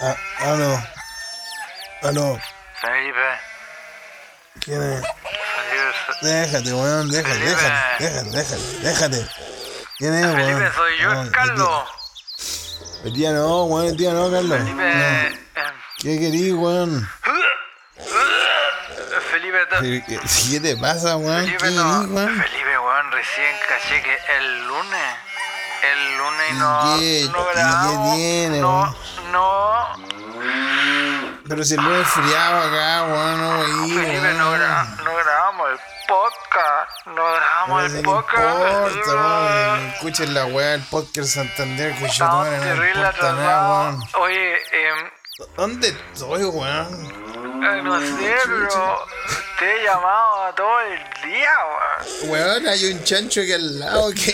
Ah, aló. Aló. Felipe, ¿Quién es? Felipe, so- Déjate, weón. Déjate, Felipe. déjate. Déjate, déjate. Déjate. ¿Quién es, weón? Ah, Felipe soy yo, No, el Carlos. El día no, weón. El día no, Carlos. No. Felipe, eh, ¿Qué querís, weón? Felipe, ta- ¿Qué qué te pasa, weón? ¿Qué Felipe, querís, no. weón? Felipe, weón, recién caché que el lunes, el lunes no, ¿Y qué? no ¿Y qué grabamos, tiene, no, no, Pero si lo he enfriado acá, weón. No, weón. Felipe, no, gra- no grabamos el podcast, no grabamos Pero si el no podcast, importa, weón. Escuchen la weá del podcast Santander, que yo no estamos me terrible importa nada, atrasados, weón. oye, em, ¿Dónde estoy, weón? eh, no sé, pero te he llamado todo el día, weón. Weón, hay un chancho aquí al lado que.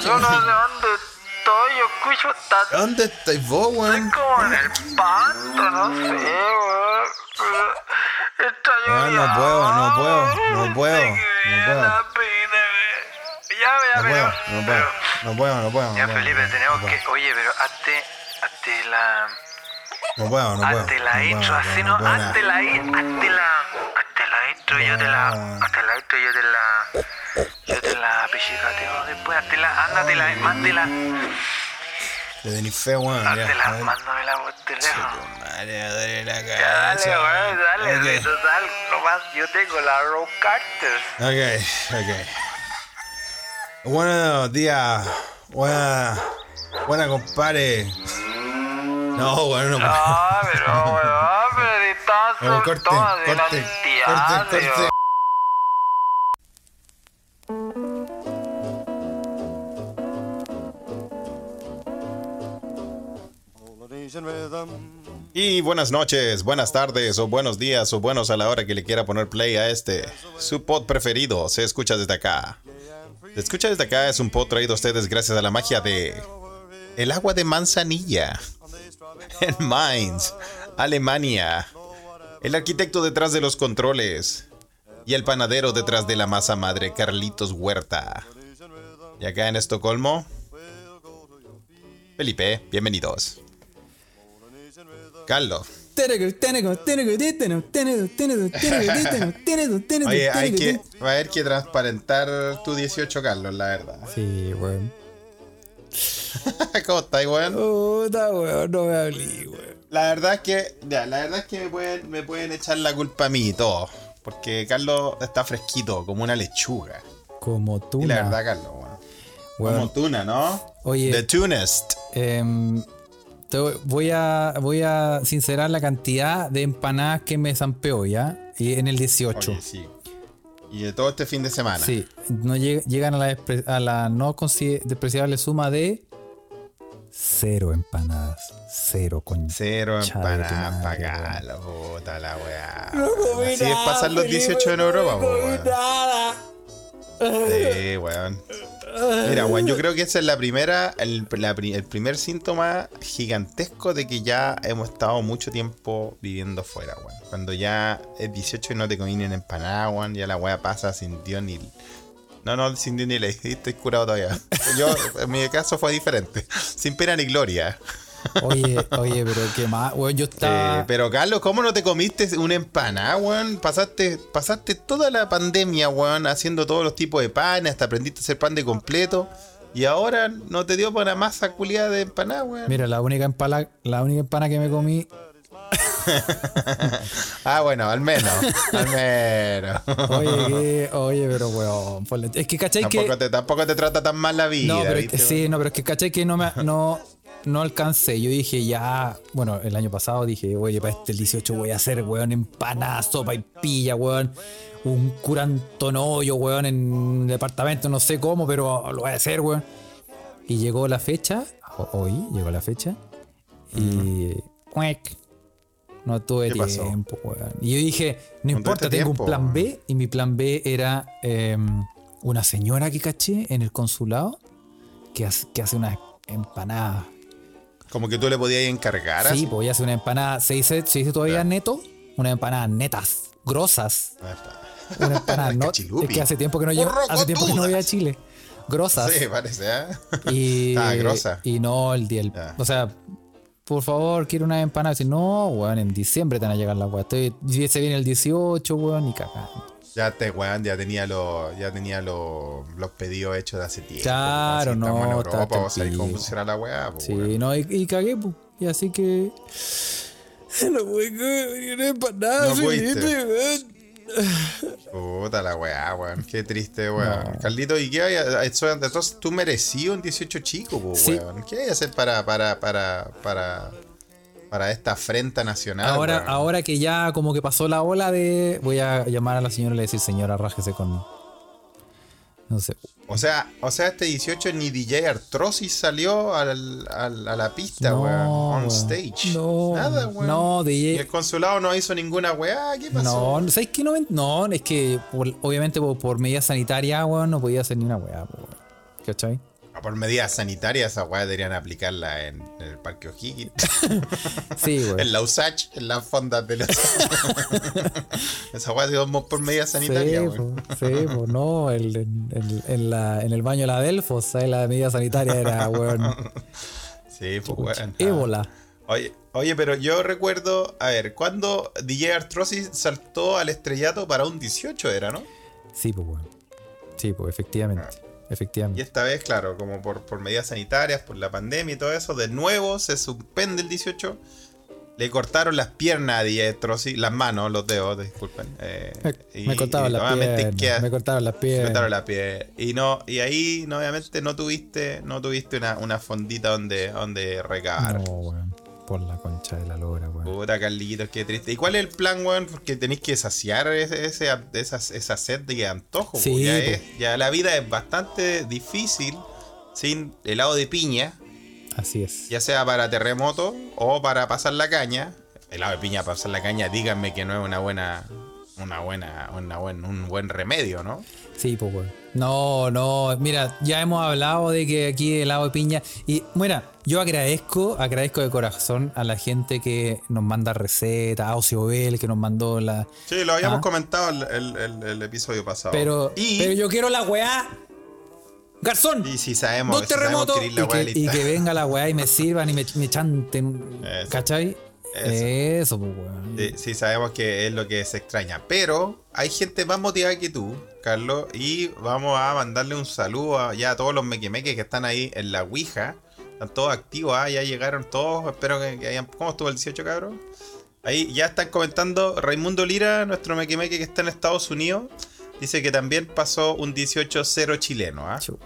Yo no sé dónde estoy, yo escucho tanto ¿Dónde estáis vos, weón? como en el panto, no sé, weón. Está Ah, No, no puedo, no puedo, no puedo, Ay, qué no puedo. la pena, Ya, ya, No puedo, pero, no puedo, pero- no puedo, no puedo. Ya, no puedo, Felipe, no tenemos puedo, que. Oye, pero hazte, hazte la. No puedo, no puedo. Hazte la no puedo, intro, así no no. puedo, Hazte la intro, hazte la. Hazte la intro, yo te la. No. Hazte la intro, yo te la. Yo te la pichicateo después, hazte la. Ándate la, mándela. Te tenéis fe, weón. ya, Hazte la, a ver. mándamela por teléfono. Madre, dale la Ya, Dale, cabeza, weón, dale, Ok. de total, nomás yo tengo la Row Carter. Okay, okay. Buenos días, buena, buena compadre. No, bueno, no. Ah, pero weón, pero si estás no, sol- Eh, corte, toma de la corte, entidad, corte, corte. weón. Polynesian rhythm. Y buenas noches, buenas tardes o buenos días o buenos a la hora que le quiera poner play a este, su pod preferido, se escucha desde acá. Se escucha desde acá es un pod traído a ustedes gracias a la magia de el agua de manzanilla en Mainz, Alemania. El arquitecto detrás de los controles y el panadero detrás de la masa madre Carlitos Huerta. Y acá en Estocolmo, Felipe, bienvenidos. Carlos. Oye, hay que, va a haber que transparentar tu 18, Carlos, la verdad. Sí, weón. ¿Cómo estás, weón? Puta, weón, no me hablé, weón. La verdad es que, ya, la verdad es que me pueden, me pueden echar la culpa a mí y todo. Porque Carlos está fresquito, como una lechuga. Como tú. Y la verdad, Carlos, weón. Como tuna, ¿no? Oye. The tunest. Em, te- voy a voy a sincerar la cantidad de empanadas que me zampeó ya y en el 18. Oye, sí. Y de todo este fin de semana. sí, no lleg- llegan a la, despre- a la no consi- despreciable suma de cero empanadas, cero con Cero Chale, empanadas para tu madre, acá, la puta la weá. Así es pasar los 18 en Europa, po, weón. Sí, weón. Mira, weón, yo creo que ese es la primera, el, la pri- el primer síntoma gigantesco de que ya hemos estado mucho tiempo viviendo fuera, weón. Cuando ya es 18 y no te convienen empanada, weón, ya la weá pasa sin Dios ni. No, no, sin Dios ni ley, estoy curado todavía. Yo, en mi caso fue diferente. Sin pena ni gloria. Oye, oye, pero qué más, weón, yo estaba Eh, pero Carlos, ¿cómo no te comiste una empanada, weón? Pasaste, pasaste toda la pandemia, weón, haciendo todos los tipos de panes, hasta aprendiste a hacer pan de completo. Y ahora no te dio para masa culiada de empanada, weón. Mira, la única empana, la única empana que me comí Ah, bueno, al menos. al menos. Oye, que- oye, pero weón. ponle- Es que cachai que. tampoco, te, tampoco te trata tan mal la vida. no, pero es- ¿viste, weón? sí, no, pero es que cachai que no me no, no alcancé. Yo dije ya. Bueno, el año pasado dije, oye, para este 18 voy a hacer, weón, empanada, sopa y pilla, weón. Un curantonoyo, weón, en un departamento, no sé cómo, pero lo voy a hacer, weón. Y llegó la fecha, o- hoy llegó la fecha, y. cuec, No tuve ¿Qué pasó? tiempo, weón. Y yo dije, no No importa, tuviste tengo este tiempo, un plan weón. B, y mi plan B era em, una señora que caché en el consulado que hace, que hace unas empanadas. Como que tú le podías encargar Sí, así. pues ella hace una empanada, se dice, se dice todavía Claro. neto, unas empanadas netas, grosas. Ah, está. Una empanada no, Cachilupi. es que hace tiempo que no llevo, hace tiempo que no voy a Chile. Grosas. Sí, parece, ¿eh? Y, Estaba grosa. Y no el día. el- Ya. O sea, por favor, quiero una empanada. Dice, no, weón, en diciembre te van a llegar las weas. Estoy- y Se viene el 18, weón, y caca. Ya te, weón, ya tenía, lo, ya tenía lo- los pedidos hechos de hace tiempo. weón. Si Claro, estamos en no, Europa, está vos sabés cómo tranquilo. funciona la weá, po, Sí, weón. no, y, y cagué, pu. Y así que. Se lo voy a una empanada, No fuiste. Felipe, weón. Puta la weá, weón. Qué triste, weón. Carlito, ¿y qué hay? Eso- Entonces tú merecías un 18 chico, po, Sí. weón. ¿Qué hay que hacer para, para, para, para, para esta afrenta nacional? Ahora, weón? ahora que ya como que pasó la ola de. Voy a llamar a la señora y le decir, señora, rájese con. No sé. O sea, o sea, este 18 ni DJ Artrosis salió al, al- a la pista, No, weón. On weón. stage. No, Nada, weón. no, DJ. Y el consulado no hizo ninguna weá. ¿Qué pasó? No, ¿sabes qué? No, me- no, es que por- obviamente por, por medidas sanitarias, weón, no podía hacer ni una weá, po, weón. ¿Cachai? Ah, Por medidas sanitarias, esa weá deberían aplicarla en, en el Parque O'Higgins. Sí, weón. En la USACH, en las fondas de los. Esa weá se tomó por medida sanitaria, sí, weón. po, sí, po, no, el- en, en- en la- en el baño de la Delfos, ¿sabes? la medida sanitaria era, weón, Sí, pues weón. ébola. Oye, oye, pero yo recuerdo, a ver, cuando DJ Artrosis saltó al estrellato para un 18 era, ¿no? Sí, pues, weón. Sí, pues, efectivamente. Ah. Y Efectivamente. esta vez, claro, como por, por medidas sanitarias, por la pandemia y todo eso, de nuevo se suspende el 18. Le cortaron las piernas a DJ Artrosis, las manos, los dedos, disculpen. eh, Me, y- me cortaban y las nuevamente piernas. queda- Me cortaban las Se piernas. cortaron la piel. Y no, y ahí no, obviamente no tuviste, no tuviste una, una fondita donde, donde recabar. No, weón. Por la concha de la lora, weón. Puta Carlitos, qué triste. ¿Y cuál es el plan, weón? Porque tenéis que saciar ese, ese- esa, esa sed de antojo. po. Sí, ya, po. es- ya la vida es bastante difícil sin helado de piña, Así es. ya sea para terremoto o para pasar la caña. Helado de piña para pasar la caña, díganme que no es una buena, una buena, una buen, un buen remedio, ¿no? Sí, pues, weón. No, no, mira, ya hemos hablado de que aquí helado de piña. Y mira, yo agradezco, agradezco de corazón a la gente que nos manda recetas, a Ocio Bell, que nos mandó la. Sí, lo habíamos Ah. comentado el, el- el- el episodio pasado. Pero, Oh. y, pero yo quiero la weá. Garzón, y si sabemos, dos si sabemos terremotos. que eres Y la weá que, y lista. que venga la weá y me sirvan y me, me chanten. Eso. ¿Cachai? Eso. Eso, pues, weón. Sí, sí, sabemos que es lo que se extraña. Pero hay gente más motivada que tú, Carlos. Y vamos a mandarle un saludo a, ya a todos los mequemeques que están ahí en la Ouija. Están todos activos, ah, ya llegaron todos. Espero que, que hayan. ¿Cómo estuvo el 18, cabrón? Ahí ya están comentando Raimundo Lira, nuestro mequemeque que está en Estados Unidos. Dice que también pasó un 18-0 chileno. ¿ah? Chucha,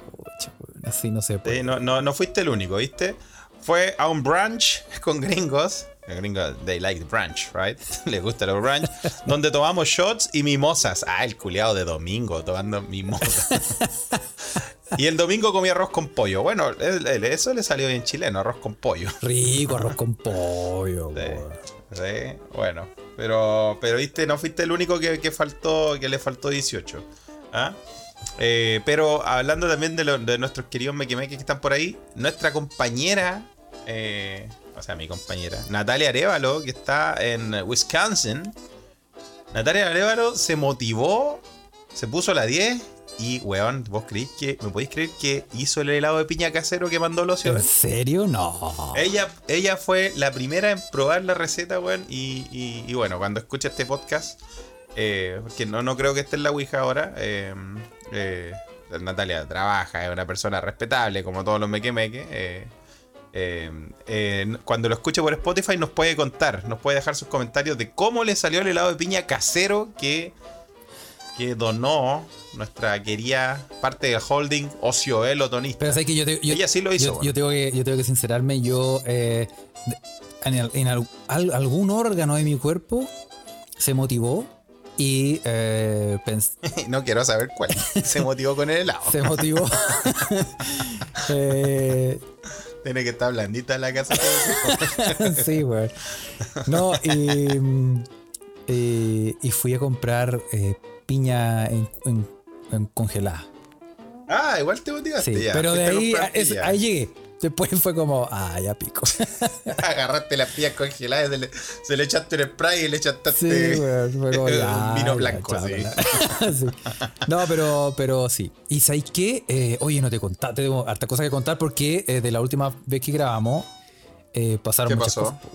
weón, Así no se puede. Sí, no, no, no fuiste el único, ¿viste? Fue a un brunch con gringos. Los gringos, they like the brunch, right? Les gusta los brunch. donde tomamos shots y mimosas. Ah, el culeado de domingo tomando mimosas. y el domingo comí arroz con pollo. Bueno, él- él- eso le salió bien chileno, arroz con pollo. Rico, arroz con pollo, Sí, weón. sí, bueno. Pero, pero viste, no fuiste el único que, que faltó, que le faltó 18. ¿ah? Eh, pero hablando también de, lo- de nuestros queridos mequimeques que están por ahí, nuestra compañera, eh, o sea, mi compañera, Natalia Arevalo, que está en Wisconsin. Natalia Arevalo se motivó, se puso la 10 y, weón, ¿vos creéis que, me podéis creer que hizo el helado de piña casero que mandó los ¿En serio? No. ella, ella fue la primera en probar la receta, weón. Y, y- y bueno, cuando escucha este podcast, eh, porque no, no creo que esté en la Ouija ahora, eh, eh, Natalia trabaja, es una persona respetable, como todos los mequemeque. eh, eh, eh, cuando lo escuche por Spotify, nos puede contar, nos puede dejar sus comentarios de cómo le salió el helado de piña casero que, que donó nuestra querida parte del holding Ocioel Otonista. Pero sabes que yo, te- yo- Ella sí lo hizo, yo- bueno. yo tengo que yo tengo que sincerarme, yo eh, de- en, al- en al- al- algún órgano de mi cuerpo se motivó y eh, pens- No quiero saber cuál. Se motivó con el helado. se motivó. Eh, Tiene que estar blandita la casa. sí, güey. No, y, mm, y, y fui a comprar eh, piña en, en- en congelada. ah, igual te motivaste Sí, ya. pero de Fuiste a ahí, comprar a- es- pillas. ahí llegué. Después fue como, ah, ya pico. Agarraste las pillas congeladas, se le, se le echaste un spray y le echaste este- Sí, güey, fue como, un ya, vino ya, blanco. chao, así. la- Sí. No, pero, pero sí. ¿Y sabéis qué? Eh, oye, no te contaste, tengo harta cosa que contar porque eh, de la última vez que grabamos, eh, pasaron ¿Qué muchas pasó? cosas. po.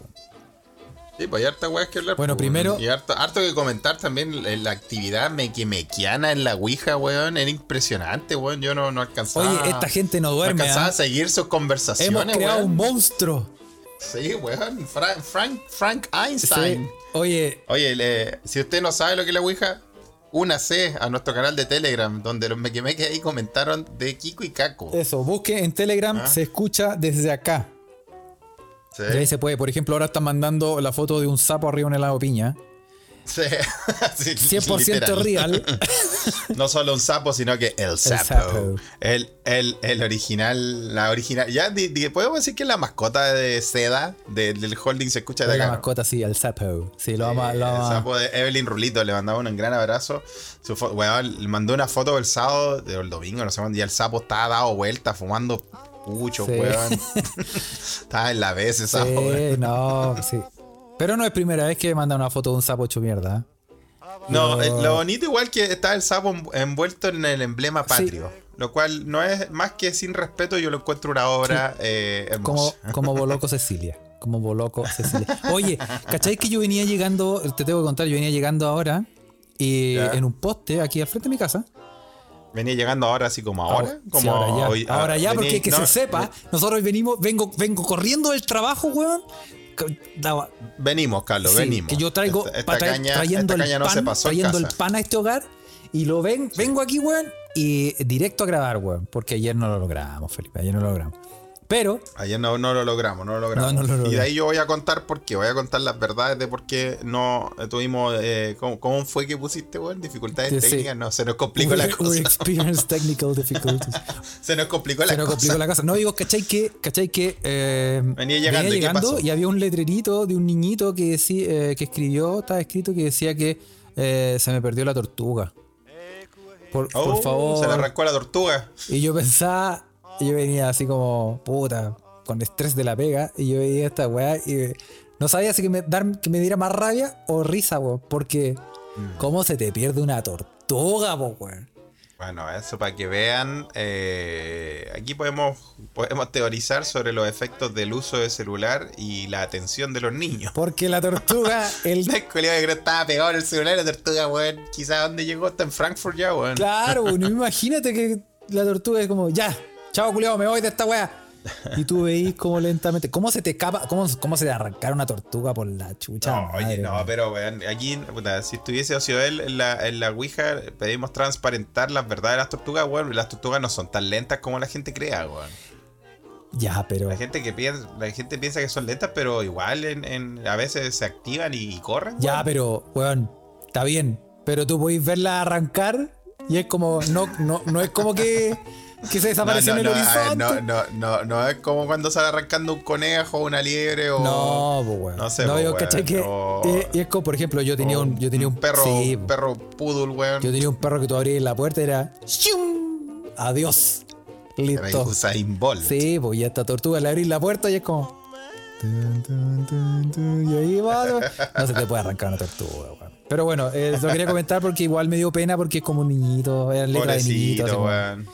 Sí, pues hay harta weas que hablar. Bueno, pues, primero- weón. Y harto, harto que comentar también eh, la, la actividad mequimequiana en la Ouija, weón. Era impresionante, weón. Yo no, no alcanzaba. Oye, esta gente no duerme, No alcanzaba ¿ah? a seguir sus Hemos conversaciones, creado un weón. monstruo. Sí, weón. Fra- Frank, Frank Sí. Einstein. Oye, Oye, le- si usted no sabe lo que es la Ouija, únase a nuesto canal de Telegram, donde los mequimeques ahí comentaron de Kiko y Kako. eso, busque en Telegram, Ah. se escucha desde acá. Sí, Y ahí se puede, por ejemplo, ahora están mandando la foto de un sapo arriba de un helado de piña. sí. Sí, 100% literal. real. No solo un sapo, sino que el sapo. sapo. El, el, el original, la original. Ya di- di- podemos decir que la mascota de seda de- del holding se escucha de la acá. ¿no? mascota, sí, al sapo. Sí, lo vamos a- Eh, lo el vamos a- sapo de Evelyn Rulito le mandaba un gran abrazo. Su fo- weón, le mandó una foto el sábado, de- o el domingo, no sé cuándo, y el sapo estaba dado vuelta, fumando pucho, Sí. weón. estaba en la vez esa Sí, no, sí. Pero no es primera vez que manda una foto de un sapo hecho mierda. ¿eh? No, No. eh, lo bonito igual que está el sapo en- envuelto en el emblema patrio. Lo cual no es más que sin respeto, yo lo encuentro una obra eh, hermosa. Como, como Boloco Cecilia. Como Boloco Cecilia. Oye, ¿cachai que yo venía llegando? Te tengo que contar, yo venía llegando ahora y Ya. en un poste aquí al frente de mi casa. Venía llegando ahora así como ahora. Oh, Sí, como ahora ya, hoy- ahora ya, venía- porque que no, se sepa, nosotros venimos, vengo, vengo corriendo del trabajo, weón. Ca- daba- Venimos, Carlos, sí, venimos. Que yo traigo Esta- esta pa- tra- caña- esta trayendo, el, caña pan, no se pasó en trayendo el casa. pan a este hogar y lo ven, vengo aquí, weón, y directo a grabar, weón, porque ayer no lo logramos, Felipe, ayer no lo logramos. Pero Ayer no, no lo logramos, no lo logramos. No, no lo Y de logramos. ahí yo voy a contar por qué. Voy a contar las verdades de por qué no tuvimos. eh, cómo, cómo fue que pusiste, weón? Dificultades Sí, sí. técnicas. No, se nos complicó la we- we cosa. experienced technical difficulties. Se nos complicó la Se nos cosa. complicó la casa. No, digo, ¿cachai que? ¿Cachai que? eh, Venía llegando, ¿y qué pasó? y había un letrerito de un niñito que, decí- eh, que escribió, estaba escrito que decía que eh, se me perdió la tortuga. Por, Oh, por favor. Se le arrancó la tortuga. Y yo pensaba, y yo venía así como, puta, con estrés de la pega, y yo veía esta weá y eh, no sabía si que me, dar, que me diera más rabia o risa, weón, porque Mm. ¿cómo se te pierde una tortuga, po, weón? Bueno, eso para que vean. eh, aquí podemos, podemos teorizar sobre los efectos del uso de celular y la atención de los niños. Porque la tortuga, el... El culiao que creo que estaba pegado en el celular la tortuga, weón. Quizás dónde llegó, está en Frankfurt ya, weón. Claro, weón, imagínate que la tortuga es como, ya, chao, culiao, me voy de esta weá. Y tú veís cómo lentamente, cómo se te escapa, cómo, cómo se te arrancara una tortuga por la chucha. No, oye, madre, no, weón. pero weón, aquí, puta, si estuviese Ocio él en la, en la Ouija, pedimos transparentar las verdades de las tortugas, weón. Las tortugas no son tan lentas como la gente crea, weón. Ya, pero... La gente que piensa, la gente piensa que son lentas, pero igual en, en- a veces se activan y, y corren. weón. Ya, pero, weón, está bien. Pero tú podéis verla arrancar y es como, no, no, no es como que, que se No, desaparece no, en el no, a ver, no, horizonte. no, no, no es como cuando sale arrancando un conejo, una liebre o. No, pues, weón. No sé, No, pues, yo, weón, ¿cachai? Que, o- eh, y es como, por ejemplo, yo tenía o un, yo tenía un, perro, sí, un perro poodle, weón. Yo tenía un perro que tú abrías la puerta y era. ¡shum! Adiós. Era Listo. Usain Bolt. Sí, pues, y esta tortuga le abrís la puerta y es como. tun, tun, tun, tun, Y ahí va. ¿no? No se te puede arrancar una tortuga, weón. Pero bueno, eh, lo quería comentar porque igual me dio pena porque es como un niñito, era letra de niñito. Pobrecito, así como- weón.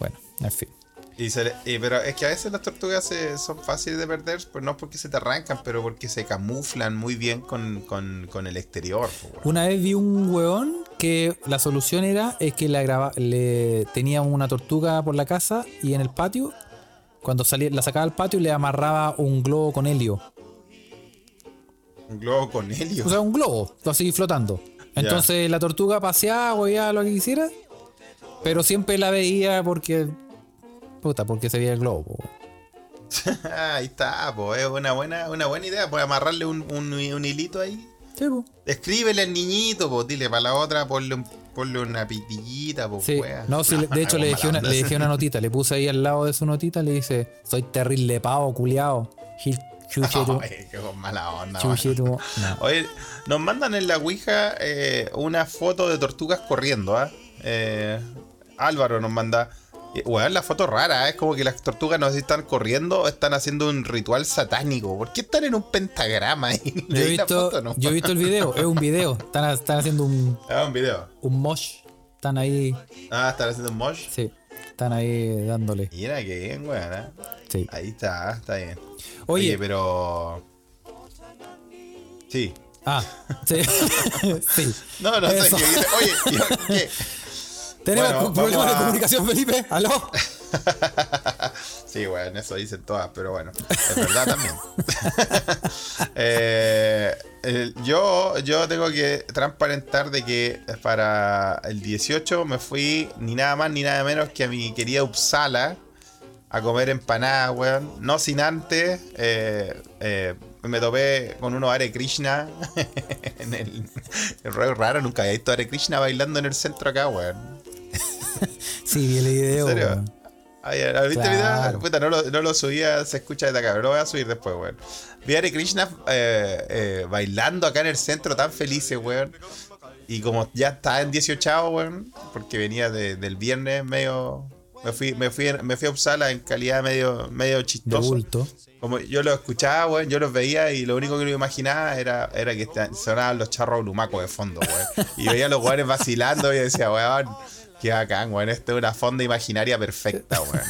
Bueno, en fin. Y se le- y- pero es que a veces las tortugas se- son fáciles de perder, pues no porque se te arrancan, pero porque se camuflan muy bien con, con- con el exterior. pues, weón. Una vez vi un weón que la solución era es que la graba- le tenía una tortuga por la casa y en el patio, cuando salía, la sacaba al patio le amarraba un globo con helio. Un globo con helio. O sea, un globo, lo así flotando. Entonces la tortuga paseaba, hueveaba lo que quisiera, pero siempre la veía porque. Puta, porque se veía el globo. po. ahí está, pues es una buena, una buena idea. Pues amarrarle un, un- un hilito ahí. Sí, po. Escríbele al niñito, pues dile, para la otra ponle, un- ponle una pitillita, pues Sí. weón. No, sí, le- de hecho le Como dejé, una, mala le onda. dejé una notita, le puse ahí al lado de su notita, le dice, soy terrible pavo, culiao. Gil- chuche tu- Ay, qué mala onda. weón. chuche tu- No. Oye, nos mandan en la Ouija eh, una foto de tortugas corriendo, ¿ah? Eh, Álvaro nos manda. Eh, Weón, la foto rara, ¿ah? es como que las tortugas no sé si están corriendo o están haciendo un ritual satánico. ¿Por qué están en un pentagrama ahí? Yo he, ¿Leí la visto, foto, no? yo he visto el video, es un video. Están, están haciendo un, Ah, un video. un mosh. Están ahí. Ah, están haciendo un mosh. Sí. Están ahí dándole. Mira qué bien, weón. ¿eh? Sí. Ahí está, está bien. Oye. pero. Sí. Ah, sí. sí. No, no sé Eso. qué viene. Oye, yo- ¿qué? Tenemos Bueno, un problema vamos de a- comunicación, Felipe. ¿Aló? Sí, bueno, eso dicen todas, pero bueno, es verdad también. Eh, el- yo, yo tengo que transparentar de que para el 18 me fui ni nada más ni nada menos que a mi querida Uppsala a comer empanadas, weón. No sin antes, eh, eh, me topé con uno Hare Krishna en el... Es re raro, nunca había visto a Hare Krishna bailando en el centro acá, weón. Sí, vi el video. ¿En serio? weón. Ay, ¿lo ¿Viste el Claro. video? Puta, no lo, no lo subía, se escucha desde acá, pero lo voy a subir después, weón. Vi a Hare Krishna eh, eh, bailando acá en el centro, tan felices, weón. Y como ya estaba en 18, weón, porque venía de- del viernes medio. Me fui, me fui, me fui a Uppsala en calidad medio, medio De chistoso. bulto. Como yo los escuchaba, weón, yo los veía y lo único que me imaginaba era, era que esta- sonaban los charros lumacos de fondo, weón. Y veía a los weones vacilando y yo decía, weón, qué bacán, weón, esto es una fonda imaginaria perfecta, weón.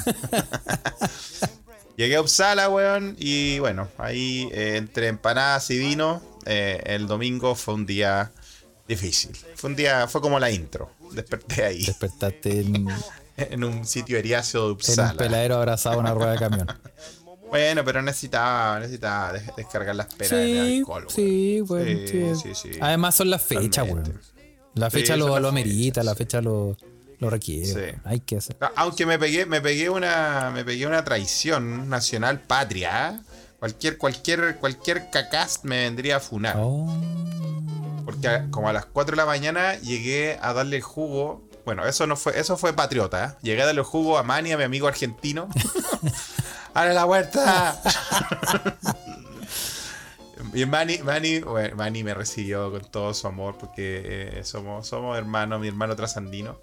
Llegué a Uppsala, weón, y bueno, ahí eh, entre empanadas y vino, eh, el domingo fue un día difícil. Fue un día, fue como la intro. Desperté ahí, Despertaste en, en en un sitio eriáceo de un Uppsala. peladero abrazado a una rueda de camión. Bueno, pero necesitaba, necesitaba des- descargar las penas de Sí, alcohol. sí, weón. weón. sí, sí, sí. Además son las fechas, Totalmente. weón. La Sí, fecha son lo, las lo amerita, la fechas, fecha lo, lo requiere. Sí. weón. Hay que hacer. A- Ah, Aunque me pegué, me pegué una, me pegué una traición nacional patria. ¿eh? Cualquier, cualquier, cualquier cacaz me vendría a funar. Oh. Porque a- como a las 4 de la mañana llegué a darle el jugo. Bueno, eso no fue, eso fue patriota. ¿eh? Llegué a darle el jugo a Mani, a mi amigo argentino. ¡Abre la huerta! y Mani, Mani, bueno, Mani me recibió con todo su amor porque eh, somos, somos hermanos, mi hermano trasandino.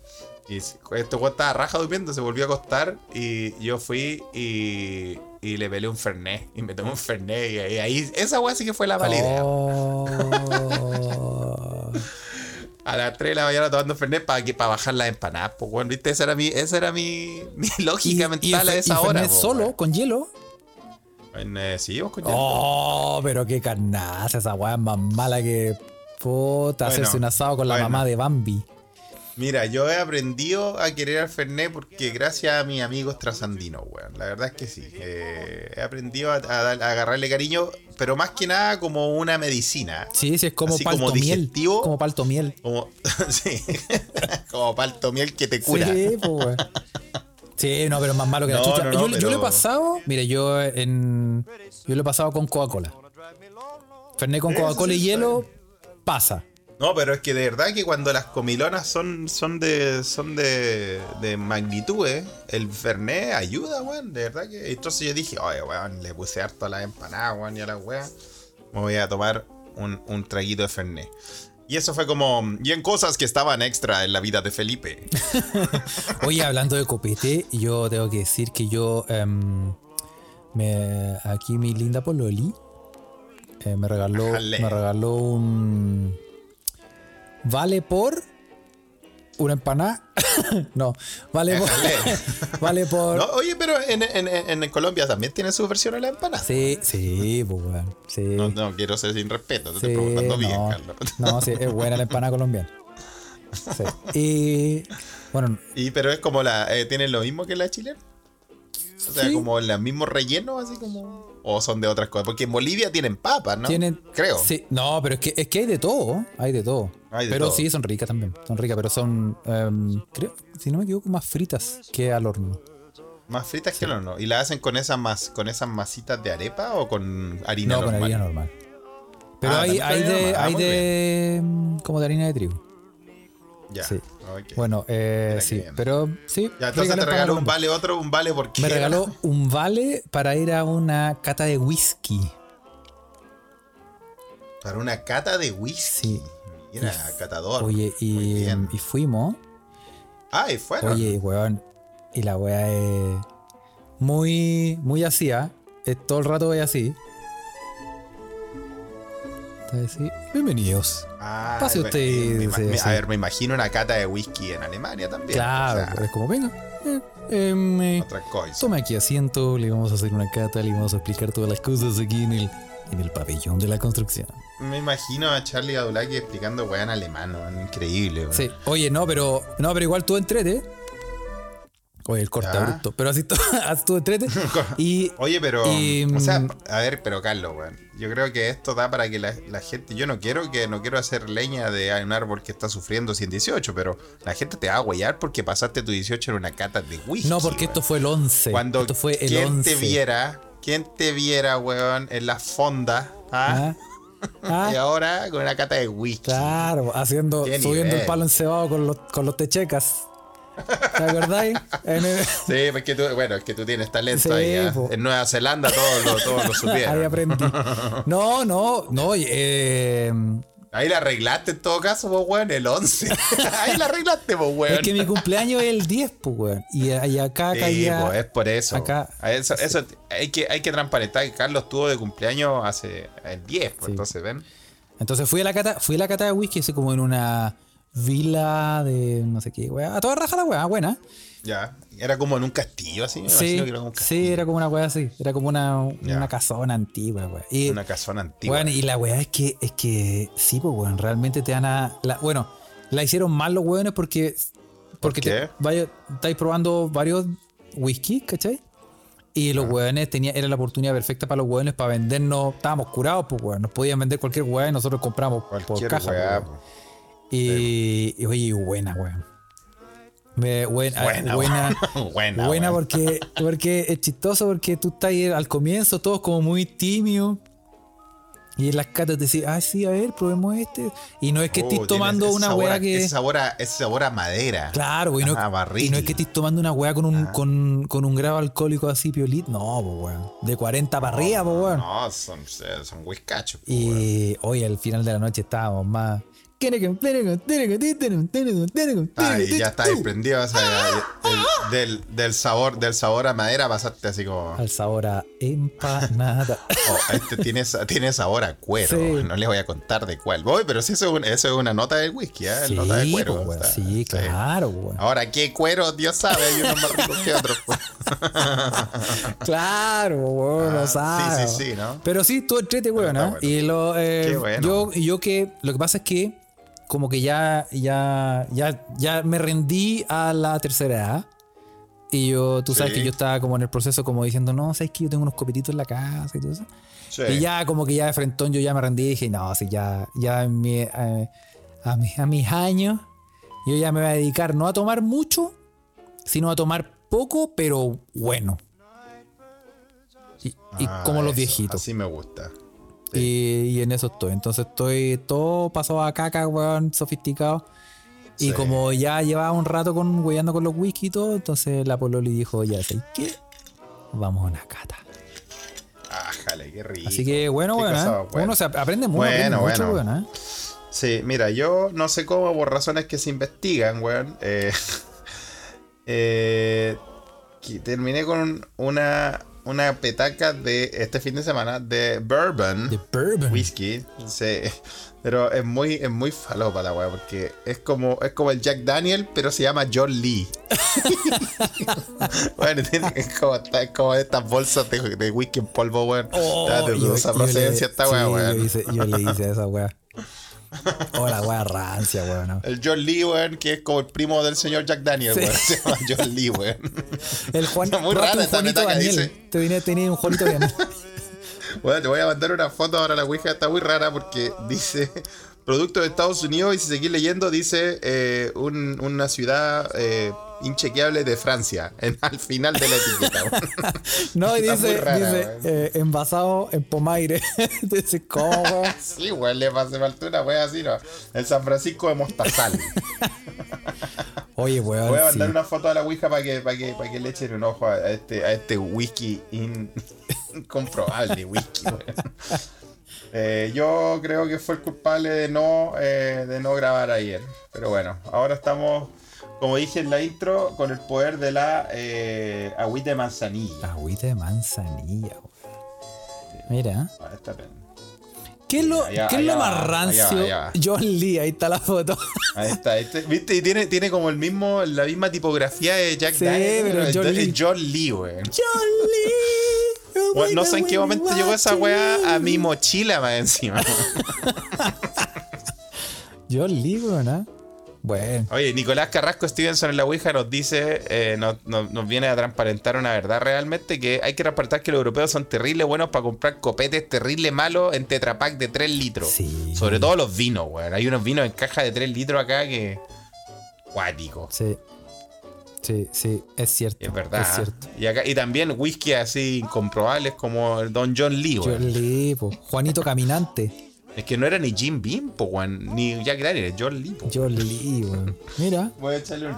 Y se- este weón estaba raja durmiendo, se volvió a acostar y yo fui y, y le pelé un fernet. Y me tomé un fernet y ahí, ahí- esa weá sí que fue la mala idea. Oh. A las 3 de la mañana tomando Fernet para que para bajar las empanadas, pues bueno, viste, esa era mi, esa era mi, mi lógica mental a Fe- esa y hora. Fernet po, solo, weón. con hielo. En, eh, sí, vos escuchando. Oh, pero qué carnaza, esa weá es más mala que Bueno, puta hacerse un asado con la bueno. mamá de Bambi. Mira, yo he aprendido a querer al Fernet porque gracias a mis amigos trasandinos, weón. La verdad es que sí. Eh, he aprendido a, a dar- a agarrarle cariño, pero más que nada como una medicina. Sí, sí, es como Así palto como miel. digestivo. Como palto miel. Como, sí, como palto miel que te cura. Sí, pues, weón. Sí, no, pero es más malo que la No, chucha. no, no, yo, yo pero- lo he pasado, mire, yo en. Yo lo he pasado con Coca-Cola. Fernet con Eso Coca-Cola y sí hielo pasa. No, pero es que de verdad que cuando las comilonas son, son de. son de. de magnitudes, el Fernet ayuda, weón. De verdad que. Entonces yo dije, oye, weón, le puse harto a la empanada, weón, y a la weá. Me voy a tomar un, un traguito de Fernet. Y eso fue como. Y en cosas que estaban extra en la vida de Felipe. Oye, hablando de copete, yo tengo que decir que yo. em, me, aquí mi linda Pololi eh, me regaló. Ajale. Me regaló un. Vale por. Una empanada. no, vale por. vale por. No, oye, pero en, en- en- en Colombia también tiene su versión a la empanada. Sí, sí, pues, weón. Sí. No, no, quiero ser sin respeto, te Sí, estoy preguntando bien, no. Carlos. No, sí, es buena la empanada colombiana. Sí. Y bueno, Y pero es como la. eh, ¿Tienen lo mismo que la chilena? O sea, Sí. como el mismo relleno, así como. O son de otras cosas. Porque en Bolivia tienen papas, ¿no? tienen. Creo. sí, no, pero es que, es que hay de todo. Hay de todo. Hay de pero todo. sí, son ricas también. Son ricas, pero son. em, creo, si no me equivoco, más fritas que al horno. Más fritas que el horno. ¿Y la hacen con esas mas, con esas masitas de arepa o con harina No, con normal? harina normal. Pero Ah, hay, también hay con harina de. normal. Ah, Hay muy de em, como de harina de trigo. Ya. Sí. ok. Bueno, eh, Mira qué sí. bien. Pero sí. Ya, entonces rica la te empanada regaló un colombiana. vale otro, un vale porque. Me regaló un vale para ir a una cata de whisky. Para una cata de whisky. Sí. Mira, catador. Oye, Muy y, bien. y fuimos. Ah, y fueron. Oye, weón. Y la wea es muy, muy así, ¿ah? Es Todo el rato es así. Está así. Bienvenidos. Ah, pase bueno, usted, y me ima- sí, me- sí. A ver, me imagino una cata de whisky en Alemania también. claro, o sea, es como venga. eh, Em, eh, Otra cosa. Tome aquí asiento, le vamos a hacer una cata, le vamos a explicar todas las cosas aquí en el, en el pabellón de la construcción. Me imagino a Charlie Adulaki explicando weón alemán, weón. Increíble, weón. Sí, oye, no, pero no, pero igual tú entrete. Oye, el corte Ya. abrupto, pero así tú, así tú entrete. Y Oye, pero. Y, o sea, mm, a ver, pero Carlos, weón. Yo creo que esto da para que la, la gente. Yo no quiero que no quiero hacer leña de un árbol que está sufriendo 118, pero la gente te va a guayar porque pasaste tu 18 en una cata de whisky. no, porque esto weón. fue el 11. Cuando esto fue el quien 11. te viera, quien te viera, weón, en la fonda, ¿ah? Ah, ah, y ahora con una cata de whisky. claro, haciendo, Qué subiendo nivel. el palo encebado con los, con los techecas. ¿Te acordáis? En el- Sí, porque tú, bueno, es que tú tienes talento Sí, ahí. ¿ah? po. En Nueva Zelanda todos lo, todos lo Ahí supieron. aprendí. No, no, no. y, eh, Ahí la arreglaste en todo caso, vos, weón, el 11. Ahí la arreglaste, vos, weón. es que mi cumpleaños es el 10, pues, weón. Y, y acá Sí, caía. po, es por eso. acá- A eso, eso hay, que, hay que transparentar que Carlos estuvo de cumpleaños hace el 10, pues, Sí. entonces, ¿ven? Entonces fui a la cata, fui a la cata de whisky, así como en una vila de no sé qué, weá. A toda raja la weá, buena. Ya. Era como en un castillo, así. me Sí, imagino que era como un sí, castillo. era como una weá así. Era como una, Ya. una casona antigua, weá. Y, Una casona antigua. weón, y la weá es que, es que sí, pues weón, realmente te dan a. la- bueno, la hicieron mal los weones porque. Porque qué? te- vaya- estáis probando varios whisky, ¿cachai? Y los weones tenía, era la oportunidad perfecta para los weones para vendernos. Estábamos curados, pues weón. Nos podían vender cualquier weá y nosotros compramos por Cualquier caja. pues, weá, weón. po. Y, y oye, y buena, weón. Me- buena, Buena, buena, buena, weón. Buena, weón. porque, porque es chistoso, porque tú estás ahí al comienzo, todos como muy tímidos. Y en las cartas te decís, ah, sí, a ver, probemos este. Y no es que Oh, estés tiene tomando ese una sabor a- weá que. Ese sabor a, ese sabor a madera. Claro, y no, Ah, barril. Ah. y no es que estés tomando una weá con un, con, con un grado alcohólico así, piolit. No, pues weón. De 40 para arriba, pues weón. No, son, son whiskachos, po, weón. Y hoy al final de la noche estábamos más. Ay, Ahí Ah, ya está desprendido o sea, Ah, el- del, del sabor del sabor a madera pasaste así como Al sabor a empanada. oh, este tiene, sa- tiene sabor a cuero Sí. no les voy a contar de cuál voy pero sí eso es, un- eso es una nota del whisky ¿eh? nota de cuero pues, o sea, sí, claro, pues, weón. ahora qué cuero Dios sabe hay unos más ricos que otros pues. Claro, pues, weón, Ah, no sí, sabes. sí, sí, ¿no? Pero sí, tú entrete, weón. está ¿eh? bueno. Y lo, eh, Qué bueno. yo, yo que lo que pasa es que como que ya, ya, ya, ya me rendí a la tercera edad. Y yo, tú sabes Sí. que yo estaba como en el proceso como diciendo, no, sabes que yo tengo unos copetitos en la casa y todo eso. Sí. Y ya como que ya de frentón yo ya me rendí y dije, no, si ya, ya en mi- eh, a, mis, a mis años yo ya me voy a dedicar no a tomar mucho, sino a tomar poco, pero bueno. Y, y Ah, como los eso, viejitos. así me gusta Y, y en eso estoy. Entonces estoy todo pasado a caca, weón, sofisticado. Y Sí. como ya llevaba un rato con weyando con los whisky y todo, entonces la Pololi dijo, ya sé qué, vamos a una cata. ájale qué rico Así que bueno, Qué weón, ¿eh? cosa buena. uno se ap- aprende mucho, pues. Bueno, aprende mucho, bueno. weón, ¿eh? Sí, mira, yo no sé cómo, por razones que se investigan, weón. eh, eh, que terminé con un- una, una petaca de este fin de semana de bourbon. De bourbon. Whisky, sí. Pero es muy, es muy falopa la weá, porque es como, es como el Jack Daniel, pero se llama John Lee. bueno, tiene- es como, esta- es como estas bolsas de, de whisky en polvo, weón. Oh, Está de dudosa procedencia le- esta weá, sí, weón. Yo, hice- yo le hice a esa weá. O la weá rancia, weón. ¿no? El John Lee, weón, que es como el primo del señor Jack Daniel, Sí. weón. Se llama John Lee, weón. El Juan. Está muy rara probaste un esta Juanito metaca, Daniel. dice. Te vine a tener un Juanito Daniel. Weón, te voy a mandar una foto ahora. La Ouija está muy rara porque dice producto de Estados Unidos y si seguís leyendo dice eh, un- una ciudad eh, inchequeable de Francia en- al final de la etiqueta. weón. No, y Está muy dice, rara, dice eh, envasado en pomaire. dice, ¿cómo, weón? sí, weón, le pasé falta una weá así, ¿no? El San Francisco de Mostazal. Oye, weón. Voy a sí. mandar una foto a la Ouija para que, para que, para que le echen un ojo a a este, a este whisky in- incomprobable whisky. weón. Eh, yo creo que fue el culpable de no, eh, de no grabar ayer. Pero bueno, ahora estamos, como dije en la intro, con el poder de la eh, agüita de manzanilla. Agüita de manzanilla, weón. Mira. Ah, está bien. ¿Qué es lo, Allá, qué es lo allá, más rancio? allá, allá. John Lee, ahí está la foto. Ahí está, ahí está. ¿viste? Y tiene, tiene como el mismo, la misma tipografía de Jack Sí, Daniel, pero es John John Lee. Lee. güey. John Lee. oh Bueno, my no God, sé en qué we momento llegó esa want to weá a live. mi mochila más encima. John Lee, weón, ¿ah? Bueno, Oye, Nicolás Carrasco Stevenson en la Ouija nos dice, eh, nos, nos- nos viene a transparentar una verdad realmente, que hay que transparentar que los europeos son terribles buenos para comprar copetes terribles malos en tetrapack de 3 litros. Sí. Sobre todo los vinos, weón. Hay unos vinos en caja de 3 litros acá que... Cuático. sí. Sí, sí, es cierto. Es verdad. Es cierto. Y, acá, y también whisky así incomprobables como el Don John Lee, weón. John Lee, po. Juanito Caminante. Es que no era ni Jim Beam, po, weón, ni Jack Daniel, era John Lee. po. John Lee, weón. Mira. Voy a echarle un-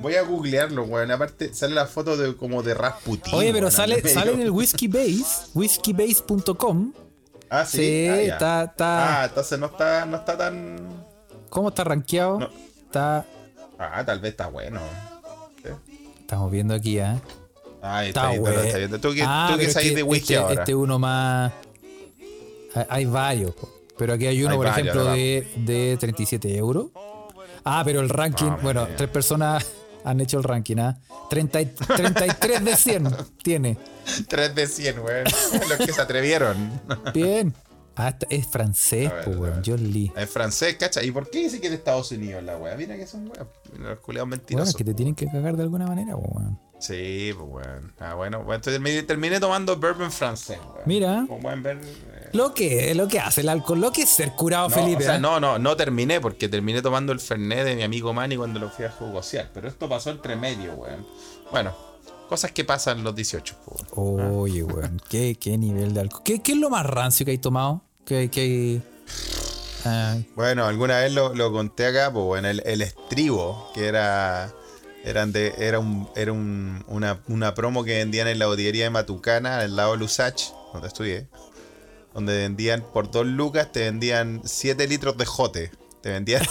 Voy a googlearlo, weón. Aparte sale la foto de como de Rasputin. Oye, pero weón, sale, al medio. sale en el Whiskey Base, whiskeybase.com. Ah, sí. Sí, Ah, ya. está, está. Ah, entonces no está, no está tan. ¿Cómo está rankeado? No. Está. Ah, tal vez está bueno. Sí. Estamos viendo aquí, ¿eh? Ay, está, Está bien, bueno. está bien. Tengo que, Ah, tengo que pero es salir que de whisky este, ahora. Este uno más. hay- Hay varios, po. pero aquí hay uno, Hay por varios, ejemplo, de, de 37 euros. Ah, pero el ranking, Vamos, bueno, mira. tres personas han hecho el ranking, ¿ah? 30 y- 33 de 100 tiene. 3 de 100, weón. Los que se atrevieron. Bien. Ah, está- es francés, A ver, po, a ver. weón. John Lee. Es francés, cacha. ¿Y por qué dice que es de Estados Unidos la weá? Mira que son weá. Los culiados Bueno, mentirosos. es que te tienen que cagar de alguna manera, po, weón. Sí, pues bueno. Ah, bueno, bueno, entonces me- terminé tomando bourbon francés. weón. Mira. Como pueden ver. eh, Lo que, lo que hace el alcohol, lo que es ser curado, no, Felipe. o sea, ¿eh? no, no, no terminé porque terminé tomando el Fernet de mi amigo Manny cuando lo fui a jugosear. Pero esto pasó entre medio, weón. Bueno, cosas que pasan los 18, pues, weón. Oye, weón, ¿qué, qué nivel de alcohol. ¿Qué, qué es lo más rancio que hay tomado? ¿Qué, qué- Ah, Bueno, alguna vez lo, lo conté acá, pues bueno, el, el estribo, que era. Eran de, era un, era un- una, una promo que vendían en la botillería de Matucana, al lado de Lusach, donde estudié. Donde vendían por dos lucas, te vendían 7 litros de jote. Te vendían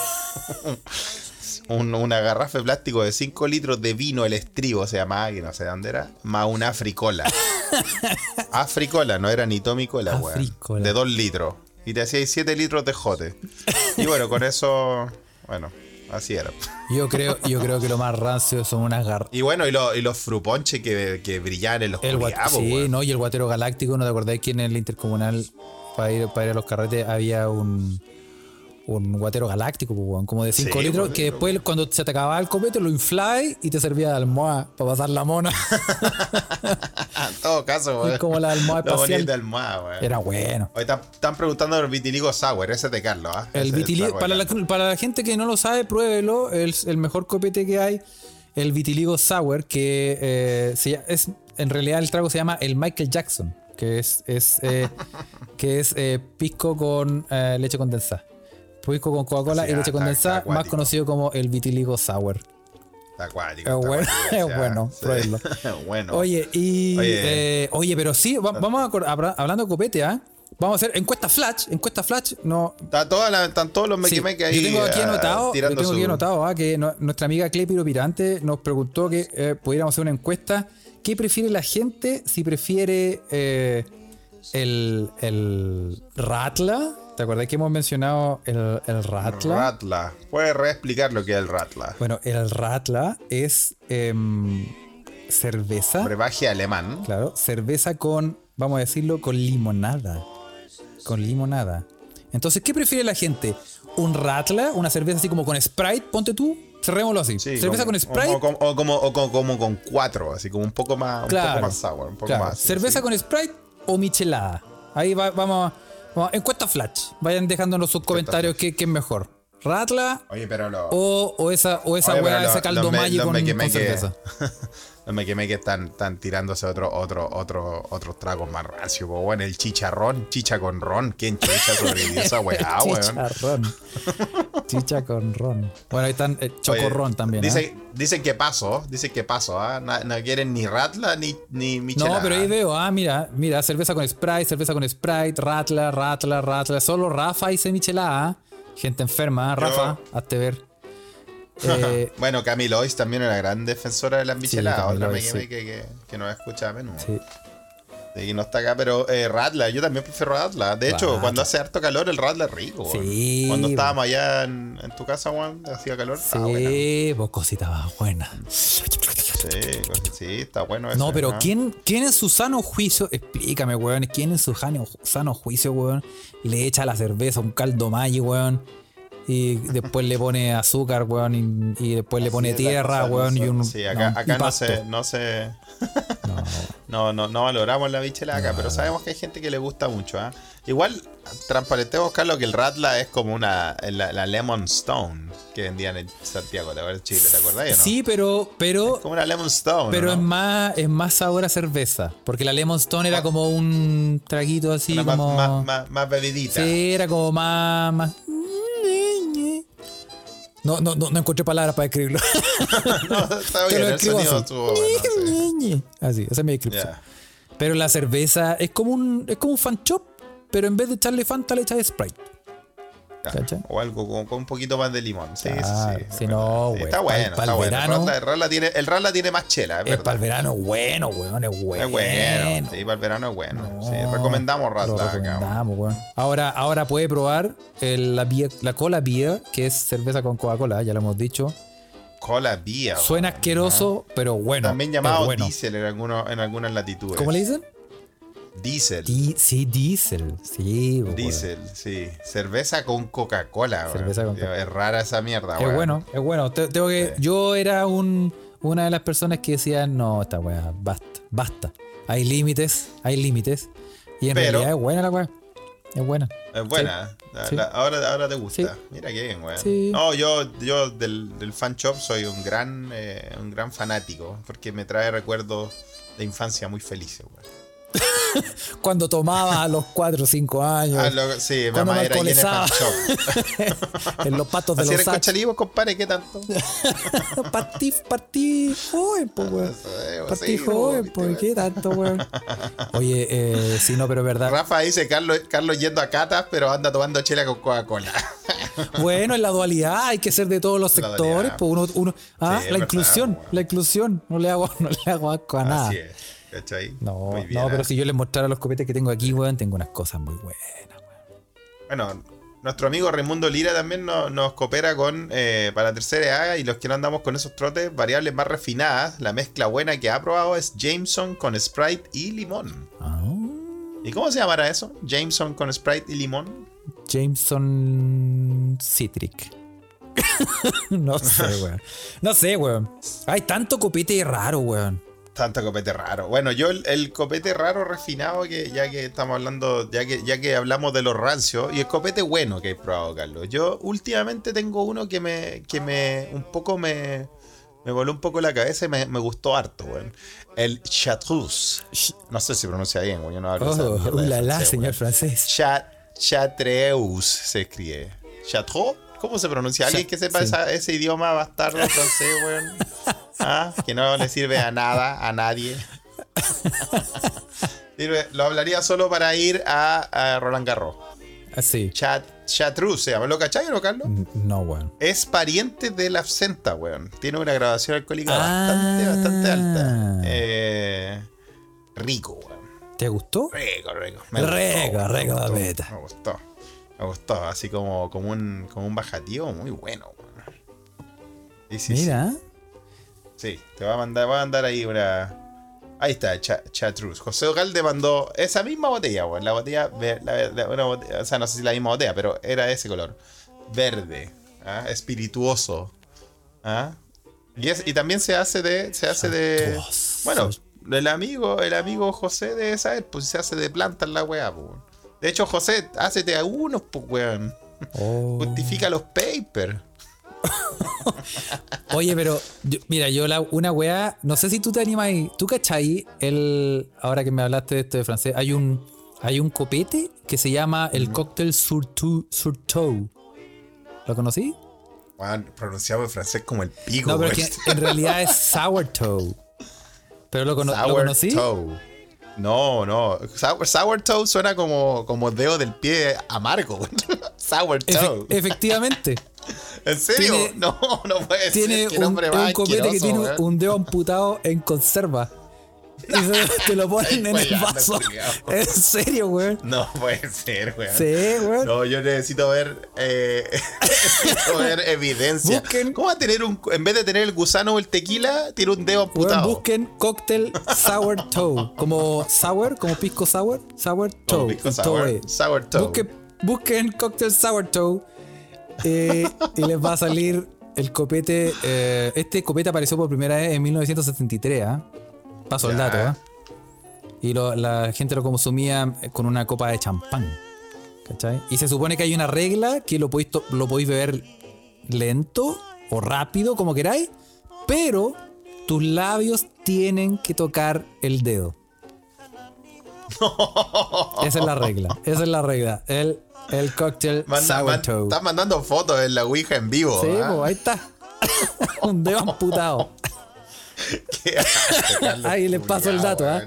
un- una garrafa de plástico de 5 litros de vino, el estribo se llamaba, que no sé dónde era, más una africola. africola, no era ni tomicola, weón. Africola. De 2 litros. Y te hacíais 7 litros de jote. Y bueno, con eso, bueno, así era. yo, creo, yo creo que lo más rancio son unas garras. Y bueno, y, lo- y los fruponches que, que brillaban en los El guat- sí, ¿no? Y el guatero galáctico, ¿no te acordáis que en el intercomunal para ir, para ir a los carretes había un, un guatero galáctico, pues, weón, como de 5 Sí, litros, pues, que pero- después cuando se te acababa el copete lo infláis y te servía de almohada para pasar la mona. En todo caso, weón. Es como la almohada Lo espacial. bonito de almohada, weón. Era bueno. Hoy están, están preguntando el vitiligo sour, ese es de Carlos, ¿ah? El Ese es vitiligo, sour, para, la, para la gente que no lo sabe, pruébelo. Es el mejor copete que hay. El vitiligo sour, que eh, se ll- es, en realidad el trago se llama el Michael Jackson, que es, es, eh, que es eh, pisco con eh, leche condensada. Pisco con Coca-Cola O sea, y está- leche condensada, está más acuático. conocido como el vitiligo sour. Está acuático, está Es bueno, acuático, es o sea, bueno, sí. pruébenlo. bueno. Oye, y, Oye. eh, Ah. oye. pero sí, va- vamos a, acor- habra- hablando de copete, ¿ah? Vamos a hacer encuesta flash, encuesta flash, no, Está toda la- están todos los Sí, mequimeques ahí. yo tengo aquí ah, anotado, yo tirando tengo aquí su- anotado ah, que no- nuestra amiga Clay Pirante nos preguntó que eh, pudiéramos hacer una encuesta. ¿Qué prefiere la gente? Si prefiere eh, el, el Ratla. ¿Te acordás que hemos mencionado el, el Ratla? Ratla. Puedes reexplicar lo que es el Ratla. bueno, el Ratla es em, cerveza. Brebaje alemán. Claro, cerveza con, vamos a decirlo, con limonada. Con limonada. Entonces, ¿qué prefiere la gente? ¿Un ratla? ¿Una cerveza así como con Sprite? Ponte tú, cerrémoslo así. Sí, cerveza como- con Sprite. O, como- o como, o como- como con cuatro, así como un poco más, un claro, poco más sour, un poco claro. más. cerveza con Sprite o michelada. Ahí va- vamos, a- vamos a- Encuesta flash. Vayan dejándonos sus comentarios qué, qué es mejor. ¿Ratla Oye, pero lo. o, o esa, o esa Oye, pero weá, lo- ese caldo los me- Maggi los con, con mequimeques- cerveza? los mequimeques están, están tirándose otro, otro, otro, otros tragos más racio, po, weón. El chicharrón, chicha con ron. ¿Quién chicha sobrevivió esa weá, Ah, weón? Chicharrón. Chicha con ron. Bueno, ahí están eh, chocorrón Oye, también. ¿ah? Dicen, dicen que paso, dicen que paso, ¿ah? Na- No, quieren ni ratla ni, ni michelada. No, pero ahí veo, ah, mira, mira, cerveza con Sprite, cerveza con Sprite, Ratla, Ratla, Ratla, solo Rafa y Semichela, ah. gente enferma, ah, Rafa, hazte ver. Ah, Eh, Bueno, Camilo Hoyes también era gran defensora de las micheladas, Camilo otra Hoyes, mequemeque sí. que, que, no escucha a menudo. sí. Sí, no está acá, pero eh, Radla, yo también prefiero Radla. De hecho, Radler. cuando hace harto calor, el Radla es rico. weón. Sí, Cuando weón. estábamos allá en, en tu casa, Juan, hacía calor. Sí, Está bueno. vos cosita más buena. Sí, con- sí, está bueno eso. No, pero ¿quién, ¿quién en su sano juicio, explícame, weón, quién en su jano- sano juicio, weón, le echa a la cerveza un caldo Maggi, weón, y después le pone azúcar, weón, y, y después le pone tierra, weón, y un. Sí, acá, no, acá no un pasto. se. No se... No, No, no, no valoramos la bichelaca, pero sabemos que hay gente que le gusta mucho. ¿ah? Igual, transparentemos, Carlos, que el Ratla es como una la, la Lemon Stone que vendían en Santiago, ¿te acuerdas? Chile, ¿te acordás? o no? Sí, pero, pero, Como una Lemon Stone. pero ¿no? es más, es más sabor a cerveza. Porque la Lemon Stone era como un traguito así, Una Ah. más, como. más, más- más bebidita. Sí, era como más. más- No, no, no, no encontré palabras para describirlo. No, está Te bien, lo el escribo sonido así. estuvo bueno. sí. Así, esa es mi descripción. Ya. Pero la cerveza es como un es como un fan shop, pero en vez de echarle Fanta le echas Sprite. Ya. ¿Cachai? O algo con, con un poquito más de limón. Sí, Claro, sí, sí. si es no, verdad. güey, Está bueno, pa'l- pa'l está bueno. El verano. Ratla- El Ratla tiene, el Ratla tiene más chela, es es para el verdad. verano bueno, weón, es bueno. Es bueno. Sí, para el verano es bueno. sí, No, recomendamos Ratla lo acá, recomendamos, weón. Ahora, ahora puede probar el- la, beer- la cola beer, que es cerveza con Coca-Cola, ya lo hemos dicho. Cola Bia. güey. Suena asqueroso, pero bueno. También es llamado bueno. diésel pues. en, algunos, en algunas latitudes. ¿Cómo le dicen? Diesel. Di- sí, diesel. Sí, weón. Diesel, sí. Cerveza con Coca-Cola. güey. Cerveza con Coca-Cola. Es rara esa mierda. Es güey. bueno, es bueno. Te- tengo que, yo era un, una de las personas que decía, no, esta weá, basta, basta. Hay límites, hay límites. Y en Pero- realidad es buena la weá. Es buena. Es buena. ¿eh? La- sí. la- ahora, ahora te gusta. Sí. Mira qué bien, güey. Sí. No, yo, yo del, del fan shop soy un gran, eh, un gran fanático. Porque me trae recuerdos de infancia muy felices, güey. Cuando tomaba a los 4 o 5 años, Ah, lo- sí, mi Cuando mamá me era ahí en el fan alcoholizaba. shop. en los patos de Así era los el sachos. cochalí, vos, compadre, ¿qué tanto? Partí, partí joven, po, weón. Sí, pues, sí, Partí joven, viste, po, güey. ¿qué tanto, weón? Oye, eh, sí, no, pero es verdad. Rafa dice, Carlos, Carlos yendo a catas, pero anda tomando chela con Coca-Cola. Bueno, en la dualidad hay que ser de todos los La sectores. dualidad. Pues uno, uno, ah, es la verdad, inclusión, weón. la inclusión. No le hago, no le hago asco a nada. Así es. ¿Cachai? No, Muy bien, no, pero ¿eh? si yo les mostrara los copetes que tengo aquí, weón, tengo unas cosas muy buenas. Bueno, nuestro amigo Raimundo Lira también no- nos coopera con eh, para la tercera edad y los que no andamos con esos trotes, variables más refinadas. La mezcla buena que ha probado es Jameson con Sprite y limón. Ah, ¿Y cómo se llamará eso? Jameson con Sprite y limón. Jameson Citric. no sé, weón. No sé, weón. Hay tanto copete raro, weón. Tanto copete raro. Bueno, yo el, el copete raro refinado que ya que estamos hablando, ya que, ya que hablamos de los rancios y el copete bueno que he probado, Carlos. Yo últimamente tengo uno que me, que me un poco me, me voló un poco la cabeza y me, me gustó harto, weón. El Chartreuse. No sé si pronuncia bien, weón. Yo no hablo esa Oh, mierda de la la, francés, señor weón. francés. Cha- Chartreuse se escribe. Chartreuse. ¿Cómo se pronuncia? Alguien Cha- que sepa sí. esa- ese idioma bastardo francés, weón. Ah, Que no le sirve a nada, a nadie. Sirve- lo hablaría solo para ir a, a Roland Garros. Así. Chat, Chartreuse, ¿se llama? ¿Lo cachai o no, Carlos? Ah, No, weón. Es pariente del absenta, weón. Tiene una grabación alcohólica bastante, Ah. bastante alta. Eh, rico, weón. ¿Te gustó? Rico, rico. Rico, gustó, rico me la gustó, beta. Me gustó. Me gustó, así como, como, un, como un bajativo muy bueno. weón. Sí, sí, Mira. Sí, sí, te va a mandar, va a mandar ahí una. Ahí está, Cha- Chatrus. José Ocalde mandó esa misma botella, weón. La botella, ve- la- la- una botella- o sea, no sé si la misma botella, pero era de ese color. Verde, ¿ah? espirituoso. ¿ah? Y, es- y también se hace de. Se hace de. Chatrus. Bueno, el amigo, el amigo José de saber, pues se hace de plantas la weá, pues. weón. De hecho, José, hácete a unos, pues, weón. Oh. Justifica los papers. Oh. Oye, pero yo- mira, yo la, una weá, no sé si tú te animas ahí. ¿Tú cachai? El, ahora que me hablaste de esto de francés, hay un, hay un copete que se llama el Mm. cóctel Surtou. Surtou. ¿Lo conocí? Weón, pronunciamos el francés como el pico, No, pero weón. es que en realidad es Sourdough. ¿Pero lo, cono- ¿lo conocí? Sourdough. No, no. Sour, sourdough suena como, como dedo del pie amargo. Efe- sourdough. efectivamente. ¿En serio? tiene- no, no puede Tiene ser. Qué un, nombre más un copete que asqueroso, tiene weón. un dedo amputado en conserva. Y se- te lo ponen en el Hueleando, vaso. culiao. En serio, weón. No puede ser, weón. Sí, weón. No, yo necesito ver, eh, necesito ver evidencia. Busquen. ¿Cómo va a tener un. En vez de tener el gusano o el tequila, tiene un dedo Weón, amputado? busquen cóctel sour toe. Como sour, como pisco sour. Sour toe. pisco el sour, toe. sour toe. Busquen, E. busquen cóctel sour toe. eh, y les va a salir el copete. eh, este copete apareció por primera vez en 1973. ¿ah? Paso el Ya. dato. ¿ah? Y lo- la gente lo consumía con una copa de champán. ¿Cachai? Y se supone que hay una regla que lo podéis, to- lo podéis beber lento o rápido, como queráis, pero tus labios tienen que tocar el dedo. Esa es la regla. Esa es la regla. El, el cóctel Manda- man- sourdough. estás mandando fotos en la Ouija en vivo. Sí, ¿ah? po, ahí está. Un dedo amputado. Qué asco, Carlos, Ahí les paso el dato, ¿ah?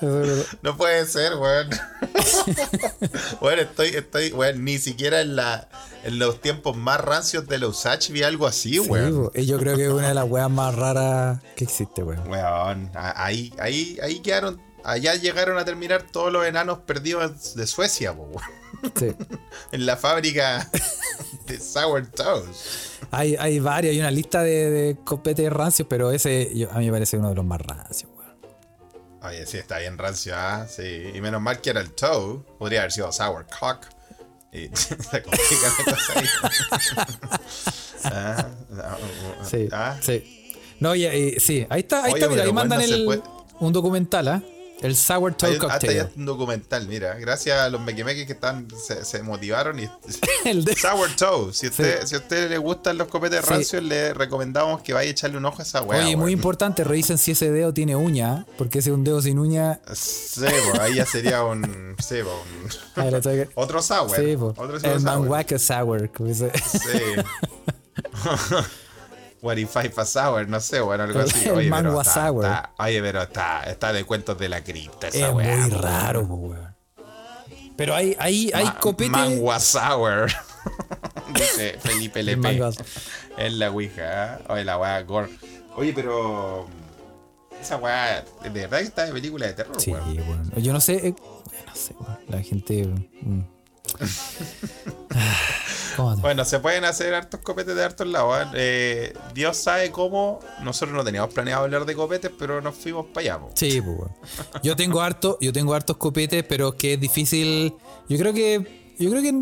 weón. No puede ser, weón. bueno, estoy, estoy, weón, ni siquiera en la en los tiempos más rancios de la Usach vi algo así, Sí, weón. po. y yo creo que es una de las weas más raras que existe, weón. Weón, a- ahí, ahí, ahí quedaron, allá llegaron a terminar todos los enanos perdidos de Suecia, po, weón. Sí. en la fábrica de Sourdoughs. Hay, hay varios, hay una lista de, de copetes rancios, pero ese yo- a mí me parece uno de los más rancios, weón. Oye, sí, está bien rancio, ¿ah? Sí, y menos mal que era el toe, podría haber sido sour cock. Y se complica la cosa ahí. Ah, ah, ah, Sí. ah. Sí. No, y, y- sí, ahí está, ahí Oye, está, mira, pero ahí bueno, mandan se el, puede- un documental, ¿ah? El Sour Hay Toe un- hasta Cocktail. ya un documental, mira. Gracias a los mequimeques que están, se, se motivaron y. El de- Sour Toe. Si a usted, si a usted le gustan los copetes Sí. rancios, le recomendamos que vaya a echarle un ojo a esa weá. Oye, muy weón. importante, revisen si ese dedo tiene uña, ¿ah? porque si es un dedo sin uña, Sí, po, ahí ya sería un. Sí, po, un- ahí lo toca. Otro sour. Sí, po. Otro sour. el Manhuaca Sour. como dice. Sí. What if I was sour? No sé, bueno, algo El- así. el Oye, man pero was está, sour. está- oye, pero está, está de cuentos de la cripta esa Es weá. muy raro, po, weón. Pero hay, hay, hay Ma- copetes. Mangua sour. Dice Felipe El Lepe. mangua- En la Ouija. ¿eh? Oye, la weá gore. Oye, pero. Esa weá, de verdad que está de película de terror, Sí, weón. weón. Yo no sé. eh, no sé, weón. La gente. mm. Ah, ¿Cómo te- Bueno, se pueden hacer hartos copetes de hartos lados. ¿eh? Eh, Dios sabe cómo. Nosotros no teníamos planeado hablar de copetes, pero nos fuimos para allá. po. Sí, pues, weón. Yo tengo harto, yo tengo hartos copetes, pero es que es difícil. Yo creo que. Yo creo que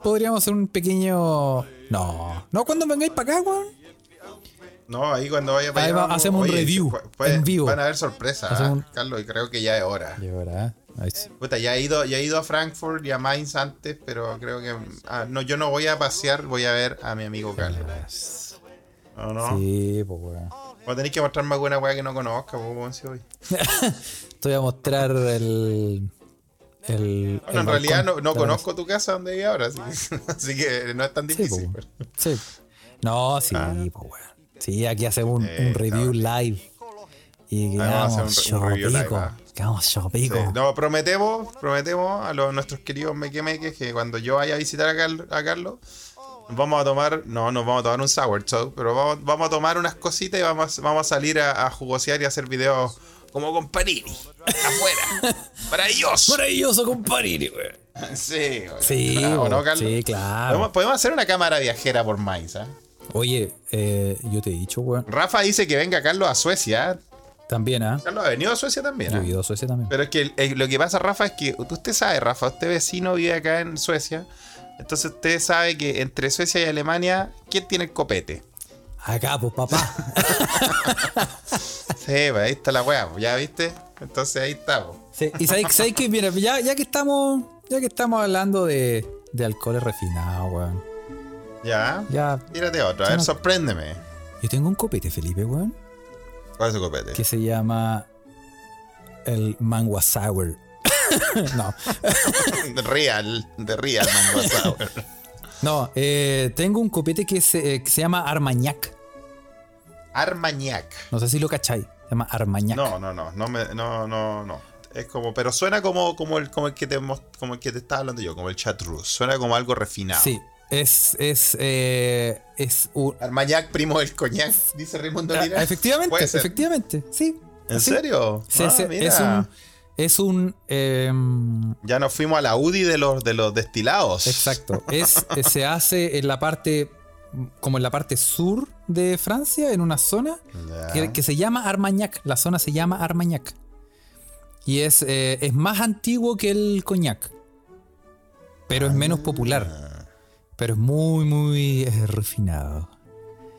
podríamos hacer un pequeño. No. No, cuando vengáis para acá, weón. No, ahí cuando vaya para Ahí allá. va- vamos- hacemos un oye, review, pu- puede- en vivo. Van a haber sorpresas, Hacemos un- ¿eh? Carlos, y creo que ya es hora. Y ahora, ¿eh? Ahí sí. Puta, ya he ido, ya he ido a Frankfurt y a Mainz antes, pero creo que ah, no, yo no voy a pasear, voy a ver a mi amigo Carlos. ¿O no? Sí, pues, weón. Voy a tener que mostrarme alguna weá que no conozca, po, weón, si voy. Te voy a mostrar el. el Bueno, en realidad no, no conozco tu casa donde vive ahora, así, que- así que no es tan Sí, po, difícil. weón. Sí. No, sí, Ah. po, weón. Sí, aquí hacemos un, un está review live. Ah, Eh, Y vamos a quedamos hacer un re- un review live, chopico. ah. Quedamos chopico. Sí, no, prometemos, prometemos a los, nuestros queridos mequemeques que cuando yo vaya a visitar a, Carl- a Carlos, vamos a tomar, no, nos vamos a tomar un sourdough, pero vamos, vamos a tomar unas cositas y vamos, vamos a salir a, a jugosear y a hacer videos como con Panini, afuera, para ellos. Maravilloso, compadre, weón. Sí, güey. Sí, Bravo, ¿no, bo- Ah, Carlos? sí, claro. Podemos, podemos hacer una cámara viajera por Mainz, ¿ah? Oye, eh, yo te he dicho, weón. Rafa dice que venga Carlos a Suecia. También, ¿ah? Carlos ha venido a Suecia también. Yo ¿ah? he ido a Suecia también. Pero es que el- el- lo que pasa, Rafa, es que tú- usted sabe, Rafa, usted vecino vive acá en Suecia. Entonces usted sabe que entre Suecia y Alemania, ¿quién tiene el copete? Acá, pues, papá. Sí, pues, ahí está la weá, ¿ya viste? Entonces ahí está. pues, po. Sí, Y sabéis sabéis que, mira, ya, ya que estamos. Ya que estamos hablando de, de alcoholes refinados, weón. Ya. Ya. Tírate otro, a ver, sorpréndeme. Yo tengo un copete, Felipe, weón. ¿Cuál es su copete? que se llama el Mangua Sour. no, De real, de real, mango sour. no, eh, tengo un copete que se, eh, que se llama Armagnac. Armagnac. No sé si lo cachai. Se llama Armagnac. No, no, no, no me, no, no, no. Es como, pero suena como, como el, como el que te mos- como el que te estaba hablando yo, como el chatruz. Suena como algo refinado. Sí, es. Es. eh, es un- Armagnac, primo del coñac, dice Raimundo Lira. Ah, efectivamente, Puede ser. efectivamente. Sí, ¿En Sí. serio? Sí, Ah, sí, mira. es un. Es un. em, Ya nos fuimos a la UDI de los, de los destilados. exacto. Es, eh, se hace en la parte. Como en la parte sur de Francia, en una zona Ya. que, que se llama Armagnac. La zona se llama Armagnac. Y es, eh, es más antiguo que el coñac. Pero es menos popular. Ah. Pero es muy, muy eh, refinado.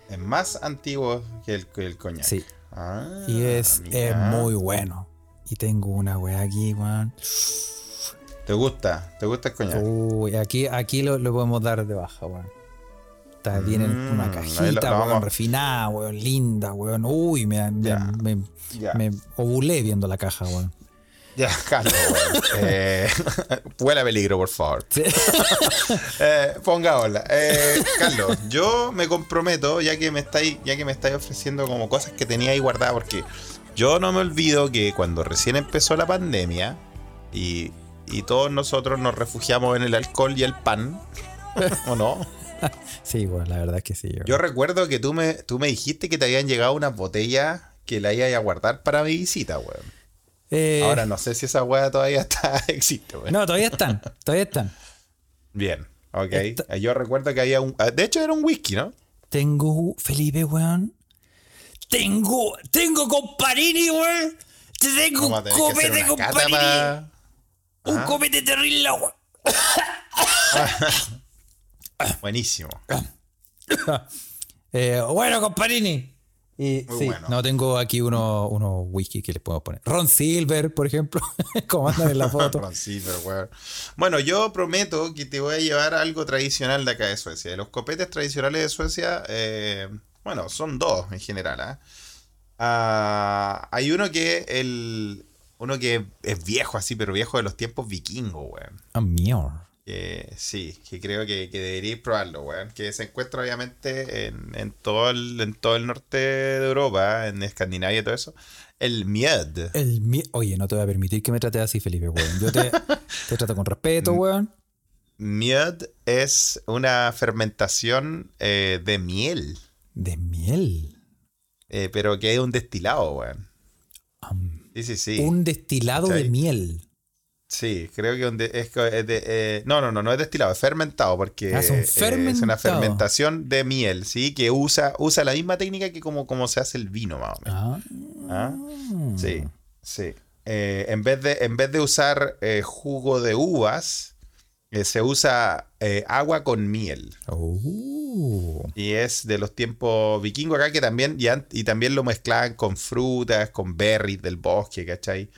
Es más antiguo que el, que el coñac. Sí. Ah, Y es, es mira. muy bueno. Y tengo una weá aquí, weón. ¿Te gusta? ¿Te gusta el coñac? Uy, aquí, aquí lo, lo podemos dar de baja, weón. Está bien en Mm, una ahí lo- cajita, lo weón, vamos. refinada, weón, linda, weón. Uy, me, me- Ya. me- Ya. me ovulé viendo la caja, weón. Ya, Carlos. weón. eh, huele a peligro, por favor. Sí. Eh, ponga hola. Eh, Carlos, yo me comprometo, ya que me estáis, ya que me estáis ofreciendo como cosas que tenía ahí guardadas, porque yo no me olvido que cuando recién empezó la pandemia y, y todos nosotros nos refugiamos en el alcohol y el pan, ¿o no? Sí, weón, la verdad es que sí. weón. Yo recuerdo que tú me, tú me dijiste que te habían llegado unas botellas que la iba a guardar para mi visita, weón. Eh, Ahora eh. no sé si esa weá todavía está, existe, weón. No, todavía están, todavía están. Bien, ok. Eh, Esta- Yo recuerdo que había un. ah, De hecho, era un whisky, ¿no? Tengo, Felipe, weón. Tengo, tengo comparini, weón. Tengo Vamos a un tener que hacer copete una con cata Parini. pa- Ah. Un copete terrible, weón. Buenísimo. Eh, bueno, comparini. Y, Muy sí, bueno. no tengo aquí uno, uno whisky que les puedo poner. Ron Silver, por ejemplo, como andan en la foto. Ron Silver, weón. Bueno, yo prometo que te voy a llevar algo tradicional de acá de Suecia. De Los copetes tradicionales de Suecia, eh, bueno, son dos en general. ¿ah? Ah, hay uno que el, uno que es viejo así, pero viejo de los tiempos vikingos, weón. Ah, mierda. Que Eh, sí, que creo que, que deberíais probarlo, weón. Que se encuentra obviamente en, en todo el, en todo el norte de Europa, en Escandinavia y todo eso. El Mied. El mi- Oye, no te voy a permitir que me trates así, Felipe, weón. Yo te, te trato con Mm. respeto, weón. Mied es una fermentación eh, de miel, De miel. eh, pero que es un destilado, weón. Am, Sí, sí, sí. Un destilado ¿Cachai? de miel. Sí, creo que un de- es, que es de- eh, no, no, no, no es destilado, es fermentado porque Ah, son eh, es una fermentados. fermentación de miel, sí, que usa usa la misma técnica que como, como se hace el vino, más o menos. Ah. ¿Ah? Mm. Sí, sí. Eh, en, vez de, en vez de usar eh, jugo de uvas, eh, se usa eh, agua con miel. Oh. Y es de los tiempos vikingos acá que también, y, an- y también lo mezclaban con frutas, con berries del bosque, ¿cachai?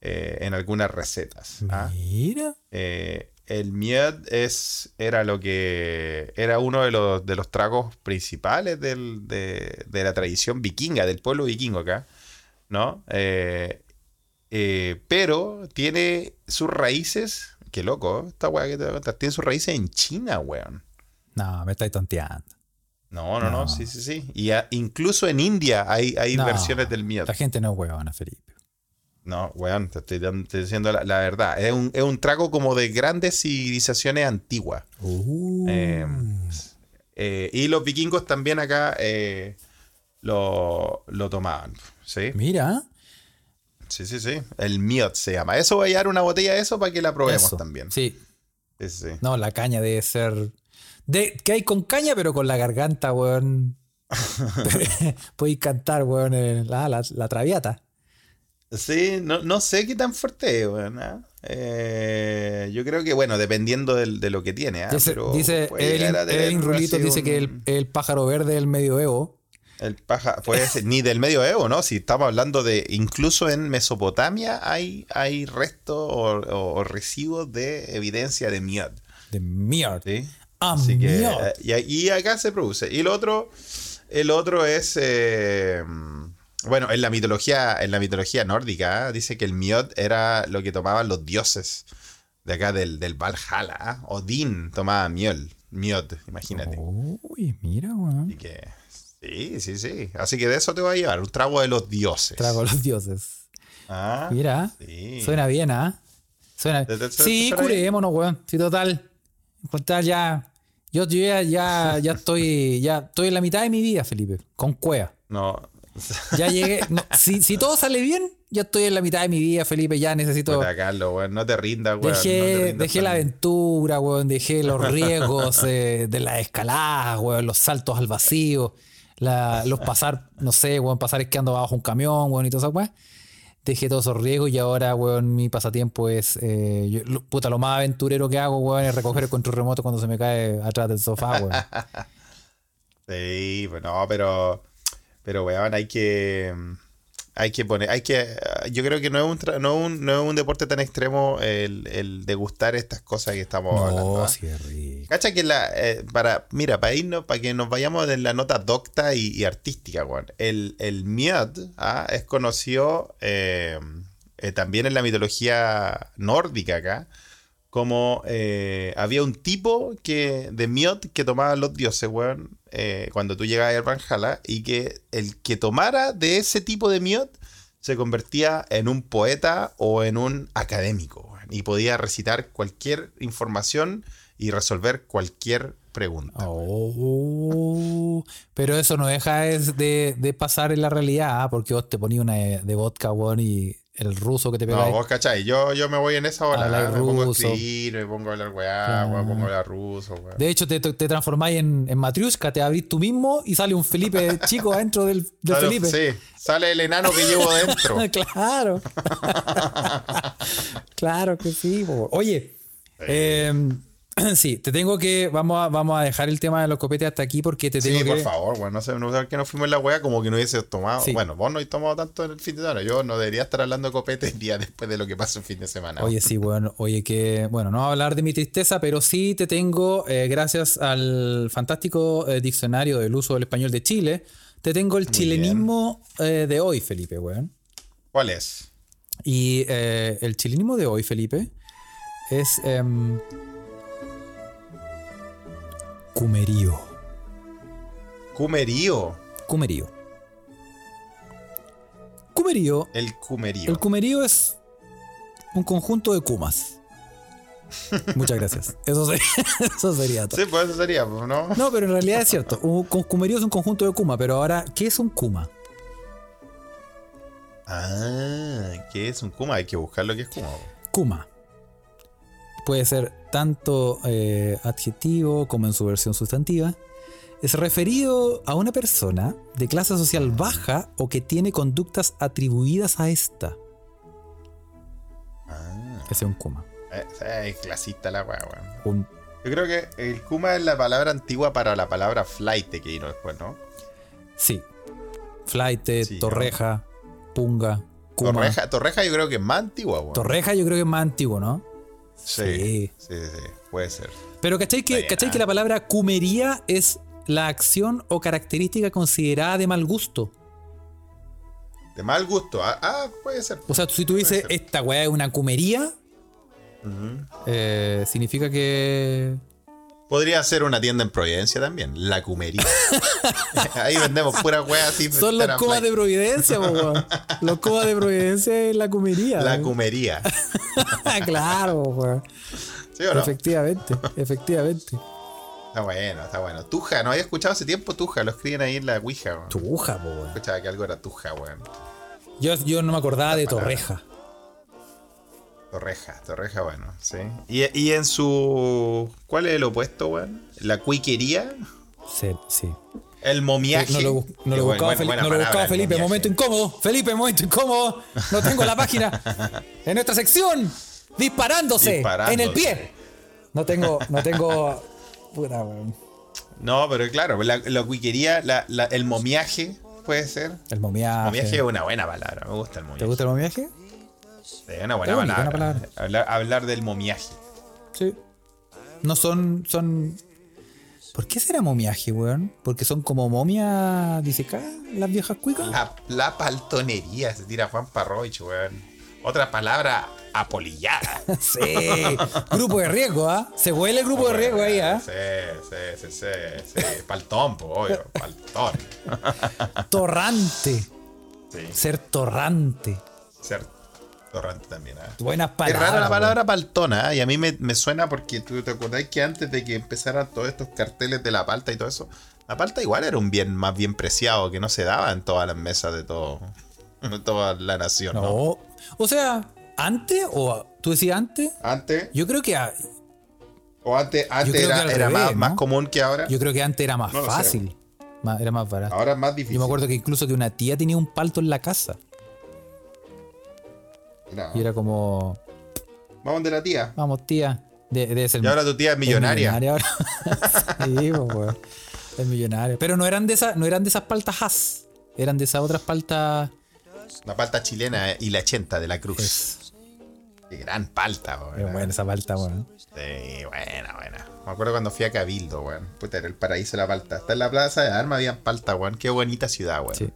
Eh, en algunas recetas. ¿ah? Mira. Eh, el miel es, era lo que era uno de los, de los tragos principales del- de, de la tradición vikinga, del pueblo vikingo acá, ¿no? Eh, eh, pero tiene sus raíces, qué loco, esta weá que te voy a contar, tiene sus raíces en China, weón. No, me estáis tonteando. No, no, no, No. sí, sí, sí. Y a- incluso en India hay, hay No, versiones del miedo. La gente no es huevona, Felipe. No, weón, te estoy, dan- te estoy diciendo la, la verdad. Es un, es un trago como de grandes civilizaciones antiguas. Oh. Eh, eh, y los vikingos también acá eh, lo, lo tomaban. ¿Sí? Mira. sí, sí, sí. El miot se llama. Eso voy a llevar una botella de eso para que la probemos Eso. también. Sí, Sí. sí, sí. No, la caña debe ser. De, que hay con caña, pero con la garganta, weón. Podéis cantar, weón, eh, la, la, la traviata. Sí, no, no sé qué tan fuerte es, weón, ¿ah? Eh, yo creo que, bueno, dependiendo del- de, lo que tiene. ¿ah? dice Pero dice puede Evelyn, llegar a tener Evelyn Rulito, así dice un- que el, el pájaro verde del medioevo. el paja, puede ser, ni del medioevo, ¿no? Si estamos hablando de. Incluso en Mesopotamia hay, hay restos o, o- o residuos de evidencia de miad. De mierda. ¿sí? Ah, Así que, mierda. eh, y, a- y acá se produce. Y el otro, el otro es, eh, bueno, en la mitología, en la mitología nórdica ¿eh? dice que el miod era lo que tomaban los dioses de acá del, del Valhalla. ¿eh? Odín tomaba miel, miod, imagínate. Uy, mira, weón. Así que, sí, sí, sí. Así que de eso te voy a llevar, un trago de los dioses. Trago los dioses. Ah, Mira. sí. Suena bien, ¿ah? Suena. ¿Te- te- te- Sí, suena bien? curémonos, weón. Sí, total. Total, ya. Yo, yo ya, ya, ya estoy. Ya estoy en la mitad de mi vida, Felipe. Con cueva. No, Ya llegué. no, si, si todo sale bien, ya estoy en la mitad de mi vida, Felipe. Ya necesito. Puta, Carlos, weón, no te rindas, weón. no te Dejé, rindas dejé la tan- aventura, weón, dejé los riesgos eh, de las escaladas, weón, los saltos al vacío, la- los pasar, no sé, weón, pasar esquiando bajo un camión, weón, y todas esas weas. Dejé todos esos riesgos y ahora, weón, mi pasatiempo es, eh, yo- lo- puta, lo más aventurero que hago, weón, es recoger el control remoto cuando se me cae atrás del sofá, weón. Sí, pues no, pero, pero weón, hay que, hay que poner, hay que, yo creo que no es un, tra- no es un, no es un deporte tan extremo el, el degustar estas cosas que estamos hablando. ¿ah? es rico. Cacha que la, eh, para, mira, para irnos, para que nos vayamos de la nota docta y, y artística, weón. El, el miad, ¿ah? es conocido eh, eh, también en la mitología nórdica acá, como eh, había un tipo que, de miad que tomaban los dioses, weón, eh, cuando tú llegabas a Valhalla, y que el que tomara de ese tipo de miad se convertía en un poeta o en un académico, weón, y podía recitar cualquier información y resolver cualquier pregunta. Oh, pero eso no deja es de, de pasar en la realidad, ¿ah? porque vos te ponías una de, de vodka, weón, y el ruso que te No, pegáis. vos cachai, yo, yo me voy en esa hora, Hablar me pongo a ruso. escribir, me pongo a hablar weá, Claro. weá, pongo a hablar ruso, weá. De hecho, te, te transformáis en, en Matriushka, te abrís tú mismo y sale un Felipe chico adentro del, del Claro, Felipe. Sí, sale el enano que llevo dentro. claro. claro que sí. po. Oye, eh, sí, te tengo que. Vamos a, vamos a dejar el tema de los copetes hasta aquí porque te tengo Sí, que. por favor, weón, no sé, no sé por qué no fuimos en la weá como que no hubiese tomado. Sí. Bueno, vos no habéis tomado tanto en el fin de semana, yo no debería estar hablando de copete el día después de lo que pasó el fin de semana. Oye, sí, bueno, oye, que. Bueno, no voy a hablar de mi tristeza, pero sí te tengo, eh, gracias al fantástico eh, diccionario del uso del español de Chile, te tengo el chilenismo eh, de hoy, Felipe, weón. ¿Cuál es? Y eh, el chilenismo de hoy, Felipe, es em, cumerío. Cumerío. Cumerío. Cumerío. El cumerío. El cumerío es un conjunto de cumas. Muchas gracias. Eso sería, eso sería todo. sí, pues eso sería, pues, ¿no? No, pero en realidad es cierto. Un cu- cumerío es un conjunto de cumas, pero ahora, ¿qué es un kuma? Ah, ¿qué es un kuma? Hay que buscar lo que es kuma. pues. po. Kuma. Puede ser tanto eh, adjetivo como en su versión sustantiva. Es referido a una persona de clase social baja o que tiene conductas atribuidas a esta. Ah, Ese es un kuma. eh, eh, es clasista la weá, weón. Un- Yo creo que el kuma es la palabra antigua para la palabra flight que vino después, ¿no? sí. Flight, Sí, ¿no? torreja, punga, kuma. Torreja, torreja yo creo que es más antigua, weón. Torreja yo creo que es más antiguo, ¿no? sí, sí, sí, sí, puede ser. Pero ¿cachai Está que, bien, ¿cachai ah. que la palabra cumería es la acción o característica considerada de mal gusto? De mal gusto. Ah, ah, puede ser. O sea, si tú dices, Puede esta weá es una cumería, eh, significa que... Podría ser una tienda en Providencia también, la cumería. Ahí vendemos pura weá así. Son los para comas de flight. Providencia, po, weón. Los comas de Providencia es la cumería. La weón. cumería. claro, weón. ¿Sí o no? Efectivamente, efectivamente. Está bueno, está bueno. Tuja, no había escuchado hace tiempo Tuja, lo escriben ahí en la Ouija, weón. Tuja, po, weón. Escuchaba que algo era Tuja, weón. Yo, yo no me acordaba de palabra. Torreja. Torreja, Torreja, bueno, sí. Y, y en su. ¿Cuál es el opuesto, weón? La cuiquería, Sí, sí. el momiaje. No lo, bus- no lo Qué buen- buena- buscaba, Felipe, buena no lo palabra, buscaba, el Felipe. momiaje. Momento incómodo. Felipe, momento incómodo. No tengo la página. En nuestra sección, disparándose, en el Disparándose. pie. No tengo, no tengo. Puta, weón. No, pero claro, la, la cuiquería, la- la- el momiaje puede ser. El momiaje. momiaje es una buena palabra, me gusta el Ah, ¿Te momiaje. gusta el momiaje? Es una buena Es bonita, palabra. una palabra. Hablar, hablar del momiaje. Sí. No son. son. ¿Por qué será momiaje, weón? ¿Porque son como momia disecadas las viejas cuicas? La, la paltonería, se tira Juan Parroich, weón. Otra palabra apolillada. Sí. Grupo de riesgo, ¿ah? Se huele el grupo de riesgo ahí, ¿ah? Sí, sí, sí, sí, sí. Paltón, po, obvio. Paltón. Torrante. Sí. Ser torrante. Ser Torrante también, ah. Buenas Es palabras. rara la weón. palabra paltona, ¿eh? y a mí me, me suena porque tú te acordás que antes de que empezaran todos estos carteles de la palta y todo eso, la palta igual era un bien más bien preciado que no se daba en todas las mesas de todo, de toda la nación. ¿no? No. O sea, antes o a- tú decías antes, Antes, yo creo que a- o antes, antes creo que era, al era revés, más, ¿no? más común que ahora. yo creo que antes era más No lo sé. fácil, más- era más barato. Ahora es más difícil. yo me acuerdo que incluso que una tía tenía un palto en la casa Mira, y era como, Vamos de la tía. vamos tía, de- debe ser Y ahora tu tía es es millonaria. millonaria ahora. sí, pues, weón. es millonaria. Pero no eran de esas, no eran de esas paltas has, eran de esas otras paltas. La palta chilena eh, y la 80 de la cruz. Es, Qué gran palta, weón. es buena esa palta, weón. Sí, buena, buena. Me acuerdo cuando fui a Cabildo, weón. Puta, era el paraíso de la palta. Está en la plaza de armas, había palta, weón. Qué bonita ciudad, weón. Sí.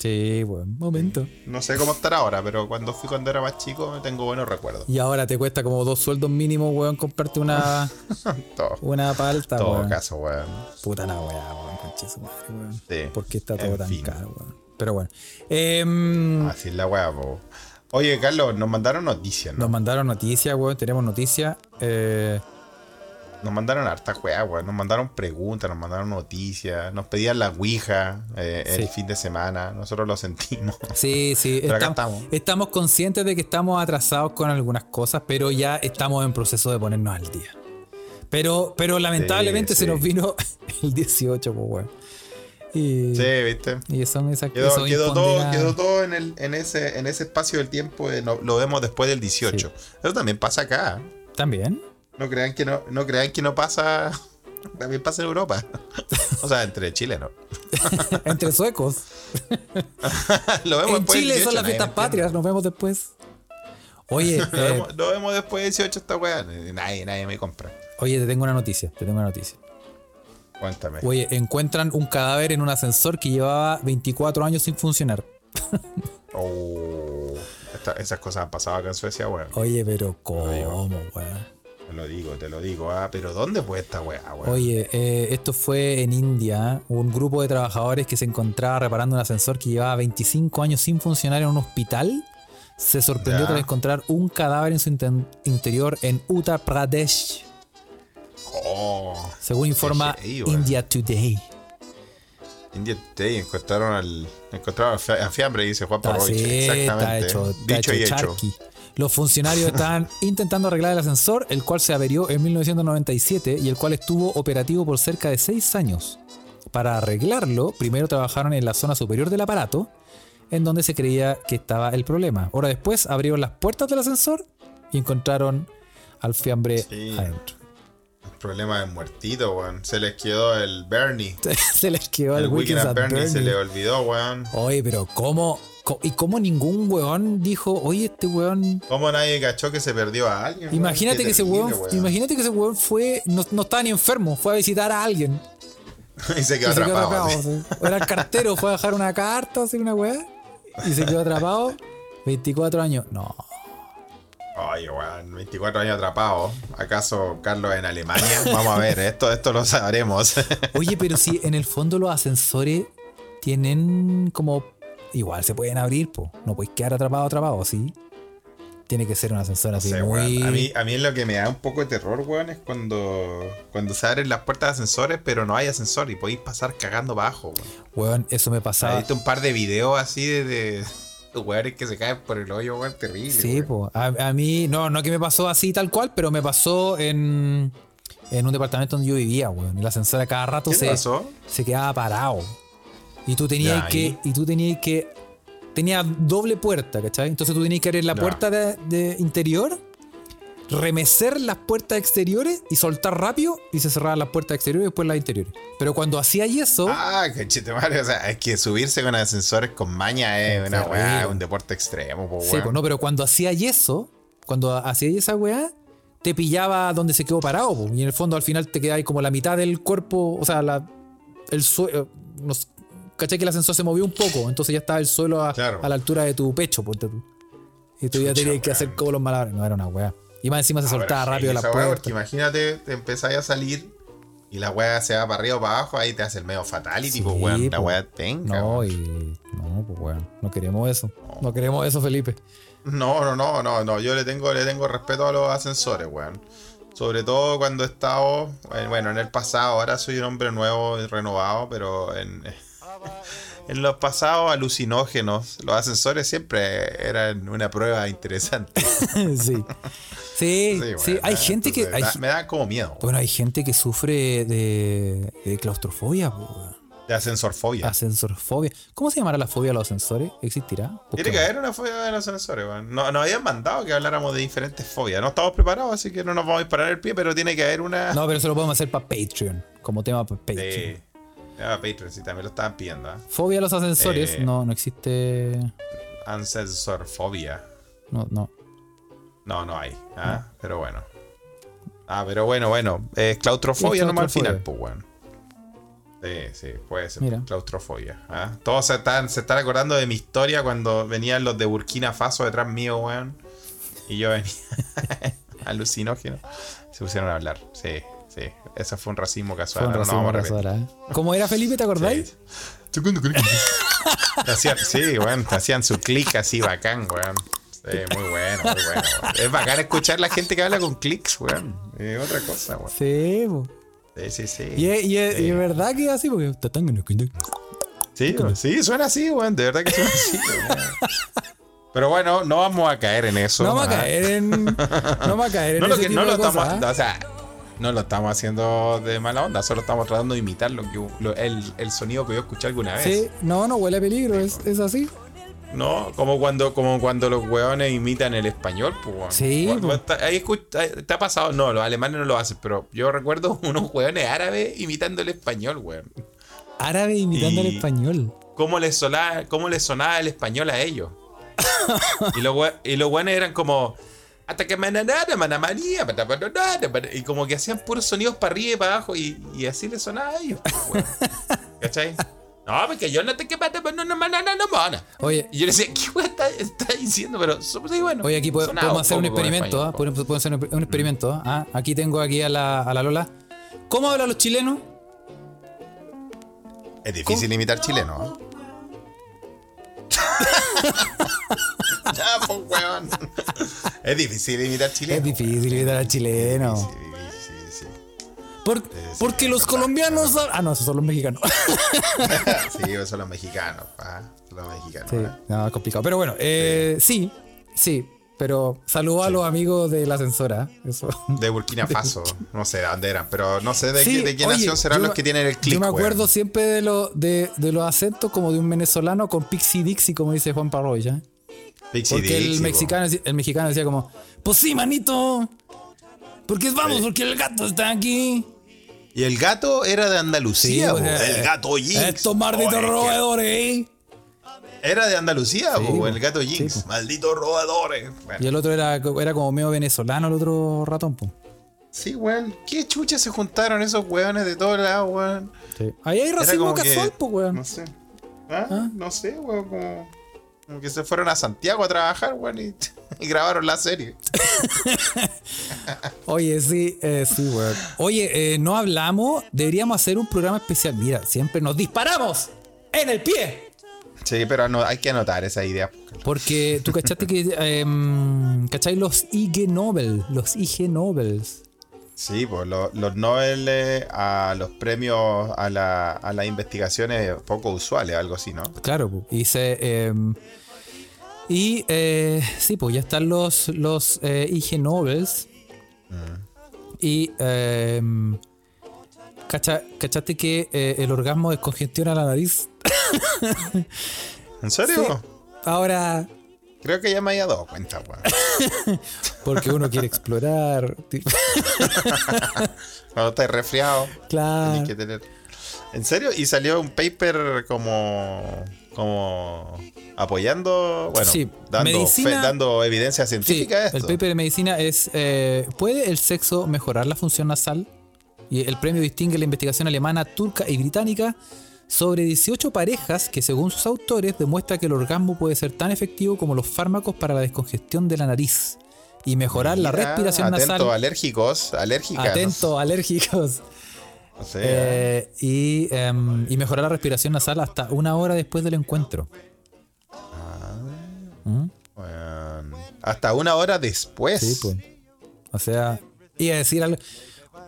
Sí, weón. Momento. No sé cómo estará ahora, pero cuando fui cuando era más chico, tengo buenos recuerdos. Y ahora te cuesta como dos sueldos mínimos, weón, comprarte una, Todo, una palta, todo weón. caso, weón. Puta la weá, weón, conche su madre, weón. Sí. ¿Por qué está todo En tan fin. Ah, caro, weón? Pero bueno. Em, Así es la weá, po. Oye, Carlos, nos mandaron noticias, ¿no? Nos mandaron noticias, weón. Tenemos noticias. Eh, Nos mandaron harta weá, weón. Nos mandaron preguntas, nos mandaron noticias. Nos pedían la ouija eh, el Sí. fin de semana. Nosotros lo sentimos. sí, sí. Pero acá estam- estamos. estamos conscientes de que estamos atrasados con algunas cosas, pero ya estamos en proceso de ponernos al día. Pero, pero lamentablemente sí. se nos vino el 18, pues, weón. Y, Sí, ¿viste? y son esas Quedó, son quedó todo, imponderables. quedó todo en, el, en, ese, en ese espacio del tiempo. de no- lo vemos después del 18. Eso también pasa acá. También. No crean que no, no, crean que no pasa. También pasa en Europa. o sea, entre Chile, ¿no? Entre suecos. lo vemos en después del Chile 18, pues, son las nadie fiestas me patrias. Nos vemos después. Oye, entiende. Lo, eh, vemos, lo vemos después del 18 esta weá. Nadie, nadie me compra. oye, te tengo una noticia. Te tengo una noticia. Cuéntame. Oye, encuentran un cadáver en un ascensor que llevaba 24 años sin funcionar. Oh, esta- esas cosas han pasado acá en Suecia, weón. Oye, pero ¿cómo, weón? Te lo digo, te lo digo. Ah, pero ¿dónde fue esta weá, weón? Oye, eh, esto fue en India. ¿eh? Un grupo de trabajadores que se encontraba reparando un ascensor que llevaba 25 años sin funcionar en un hospital se sorprendió Ya. tras encontrar un cadáver en su inten- interior en Uttar Pradesh, Oh, según informa heavy, weón. India Today. India Day encontraron al. Encontraron a Fia- a Fiambre, dice Juan Está, Parroiche. sí, está Exactamente. hecho, está Dicho y hecho hecho. charqui. Los funcionarios estaban intentando arreglar el ascensor, el cual se averió en 1997 y el cual estuvo operativo por cerca de seis años. Para arreglarlo, primero trabajaron en la zona superior del aparato, en donde se creía que estaba el problema. Hora después abrieron las puertas del ascensor y encontraron al fiambre Sí. adentro. El problema de muertito, weón. Se les quedó el Bernie. se les quedó El, el, Weekend Wilkins at Bernie, se Bernie. le olvidó, weón. Oye, pero ¿cómo? co- ¿Y cómo ningún weón dijo, oye, este weón ¿Cómo nadie cachó que se perdió a alguien? weón? Imagínate Qué que ese terrible, huevón, imagínate que ese huevón fue, no, no estaba ni enfermo, fue a visitar a alguien. y se Y quedó se quedó atrapado. atrapado, así. sí. O era el cartero, fue a dejar una carta, así una weá, y se quedó atrapado. 24 años. No. Oye, weón, 24 años atrapado. ¿Acaso Carlos en Alemania? Vamos a ver, ¿eh? esto, esto lo sabremos. Oye, pero si en el fondo los ascensores tienen como. Igual se pueden abrir, po. No puedes quedar atrapado, atrapado, ¿sí? Tiene que ser un ascensor así. Sí, muy... weón. A mí, a mí lo que me da un poco de terror, weón, es cuando, cuando se abren las puertas de ascensores, pero no hay ascensor y podéis pasar cagando bajo, weón. Weón, eso me pasaba. He visto un par de videos así de, de weones que se caen por el hoyo, weón, terrible. Sí, weón. po. A, a mí, no, no que me pasó así tal cual, pero me pasó en, en un departamento donde yo vivía, weón. El ascensor a cada rato ¿Qué se, pasó? se quedaba parado. Y tú tenías Ya, que, y tú tenías que, tenía doble puerta, ¿cachai? Entonces tú tenías que abrir la Ya. puerta de, de interior, remecer las puertas exteriores y soltar rápido y se cerraban las puertas exteriores y después las interiores. Pero cuando hacía eso, Ah, conchetumare, o sea, es que subirse con ascensores con maña es una terrible. weá, un deporte extremo, po, Sí, weón. pues no, pero cuando hacía eso, cuando hacía esa weá, te pillaba donde se quedó parado, po, y en el fondo al final te quedaba ahí como la mitad del cuerpo, o sea, la, el suelo. ¿Cachai que el ascensor se movió un poco? Entonces ya estaba el suelo a, Claro. a la altura de tu pecho, ponte tú. Y tú ya Chucha, tenías weón. que hacer como los malabares. No, era una weá. Y más encima se Ahora, soltaba sí, rápido la esa weá, porque puerta. imagínate, te empezáis a salir y la weá se va para arriba o para abajo, ahí te hace el medio fatality, Sí, po, weón. La po. weá tenga. No, weón. y. No, pues weón. No queremos eso. No queremos eso, Felipe. No, no, no, no, no. Yo le tengo, le tengo respeto a los ascensores, weón. Sobre todo cuando he estado, eh, bueno, en el pasado, ahora soy un hombre nuevo y renovado, pero en, en los pasados alucinógenos, los ascensores siempre eran una prueba interesante. sí. Sí, sí, weón. hay gente que. Entonces, ah, hay da- ge- me da como miedo. weón. bueno, hay gente que sufre de, de claustrofobia, po, weón. De ascensorfobia. ascensorfobia. ¿Cómo se llamará la fobia a los ascensores? ¿Existirá? Tiene que Busquemos. haber una fobia de los ascensores, weón. No, nos habían mandado que habláramos de diferentes fobias. No estamos preparados, así que no nos vamos a disparar el pie, pero tiene que haber una. No, pero eso lo podemos hacer para Patreon, como tema para Patreon. de... Ah, Patreon, sí, también lo estaban pidiendo. ¿ah? Fobia a los ascensores, Eh. no, no existe. Ascensorfobia. No, no. No, no hay. Ah, pero bueno. Ah, pero bueno, bueno. Es claustrofobia Es nomás al final, claustrofobia. pues, weón. Sí, sí, puede ser. Mira. Claustrofobia. ah. Todos se están, se están acordando de mi historia cuando venían los de Burkina Faso detrás mío, weón. Y yo venía alucinógeno. Se pusieron a hablar. Sí, sí. Eso fue un racismo Fue casual. un ahora no racismo nos vamos a casual, ¿eh? ¿Cómo era Felipe, te acordáis? arrepentir. Sí. Hacían, sí, weón. Hacían su clic así bacán, weón. Sí, muy bueno, muy bueno. weón. Es bacán escuchar la gente que habla con clics, weón. Es otra cosa, weón. Sí, po. Sí, sí, sí. y es, y es- Sí. y es verdad que es así, porque. Sí, weón. sí, suena así, weón. De verdad que suena así, weón. Pero bueno, no vamos a caer en eso. No vamos a ajá. caer en. No vamos a caer en. No lo, ese que, no tipo lo de estamos cosas, haciendo, ¿ah? o sea, no lo estamos haciendo de mala onda, solo estamos tratando de imitar lo que lo- el, el sonido que yo escuché alguna vez. Sí, no, no huele a peligro, es, es así. No, como cuando, como cuando los hueones imitan el español, pues. weón. Sí, Weón, po. weón, está- ahí escu- ahí- te ha pasado, no, los alemanes no lo hacen, pero yo recuerdo unos hueones árabes imitando el español, weón. Árabe imitando Y- al español. ¿Cómo les, sola- cómo les sonaba el español a ellos? y, los, hue- y los hueones eran como. Hasta que mananana, manamaría, patapatotata, pat- y como que hacían puros sonidos para arriba y para abajo, y, y así les sonaba a ellos, pues, weón. ¿Cachai? No, porque yo no te que pata, no, no, manana, no, mana. Oye, Y yo le decía, ¿qué weá está, está diciendo? Pero somos sí, bueno. Oye, aquí po- sonaba podemos hacer un poco con experimento, español, ¿ah? Podemos podemos hacer un un experimento, ¿ah? Aquí tengo aquí a la, a la Lola. ¿Cómo hablan los chilenos? Es difícil imitar chileno. ¿eh? Ya, pues, weón. Es difícil imitar chileno. Es difícil imitar al chileno. Sí, sí, sí. Por- sí, porque los verdad, colombianos... hab- Ah, no, esos son los mexicanos. Sí, esos son los mexicanos, pa. Son los mexicanos. Sí, ¿eh? no, es complicado. Pero bueno, eh, sí, sí. Pero saludo a los amigos de la censora. ¿ah? Eso. De Burkina Faso, no sé de dónde eran, pero no sé de, Sí, qué, de qué oye, nación serán yo los me- que tienen el click. Yo me acuerdo weón. siempre de, lo- de, de los acentos como de un venezolano con Pixie Dixie, como dice Juan Parroya. ¿eh? Pixie Porque el, Dixie, po. mexicano, decía- el mexicano decía como, pues sí, manito. Porque es- vamos, Sí. porque el gato está aquí. Y el gato era de Andalucía, pues, po. eh, El gato Jinx. Estos malditos Oh, es que- roedores, ¿eh? Era de Andalucía, Sí, po, po. el gato Sí, Jinx. po. Malditos robadores. Bueno. Y el otro era, era como medio venezolano, el otro ratón, po. Sí, weón. ¿Qué chucha se juntaron esos weones de todos lados, weón? Ahí hay Era racismo como que- casual, po, weón. No sé. ¿Ah? pues, ¿Ah? No sé, weón. Como, como que se fueron a Santiago a trabajar, weón, y, y grabaron la serie. Oye, sí, eh, sí, weón. Oye, eh, no hablamos, deberíamos hacer un programa especial. Mira, siempre nos disparamos en el pie. Sí, pero ano- hay que anotar esa idea. Porque tú cachaste que, em, ¿cachai? Los IG Nobel, los IG Nobels. Sí, pues lo- los Nobel eh, a los premios a, la, a las investigaciones poco usuales, algo así, ¿no? Claro, po. y se, em, y eh, sí, pues ya están los, los eh, IG Nobels. Y em, cacha- cachaste que eh, el orgasmo descongestiona la nariz. ¿En serio? Ahora, Creo que ya me había dado cuenta, weón. porque uno quiere explorar. tipo, Cuando estás resfriado. Tenés claro. que tener. ¿En serio? Y salió un paper como. como. apoyando. Bueno, Sí, dando, medicina- fe- dando evidencia Sí, científica de el esto. paper de medicina es, eh, ¿puede el sexo mejorar la función nasal? Y el premio distingue la investigación alemana, turca y británica sobre 18 parejas que según sus autores demuestra que el orgasmo puede ser tan efectivo como los fármacos para la descongestión de la nariz y mejorar la Mira, respiración atento, nasal. alérgicos, alérgicas. Atento, alérgicos. O sea, Eh, y, em, y mejorar la respiración nasal hasta una hora después del encuentro. weón, Hasta una hora después. Sí, pues. O sea, iba a decir algo.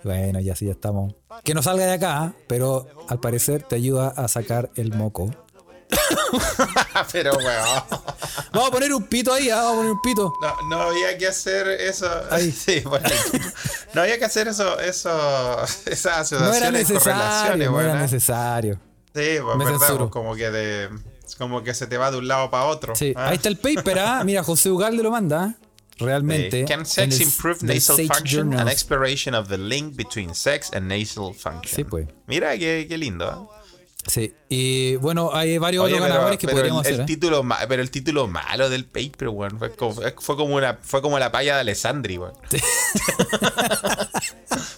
Bueno, ya sí, ya estamos. Que no salga de acá, pero al parecer te ayuda a sacar el moco. Ah, Pero, weón. Vamos a poner un pito ahí, ah, vamos a poner un pito. No, no había que hacer eso. Ay. Sí, bueno. No había que hacer eso, eso, esas No era asociaciones y correlaciones, necesario, no era weón, ¿eh? necesario. Sí, pues, Me verdad, censuro. pues, como que de, es como que se te va de un lado para otro. Sí, Ah. ahí está el paper, ah. Mira, José Ugalde lo manda. ¿ah? Realmente. Sí. Can sex en el- improve del nasal Sage function Journal. and exploration of the link between sex and nasal function? Sí, pues. Mira qué, qué lindo. ¿eh? Sí, y bueno, hay varios Oye, otros pero, ganadores que pero el, podríamos el hacer. ¿eh? título, ma- pero el título malo del paper, weón, fue como, fue como una, fue como la palla de Alessandri, weón.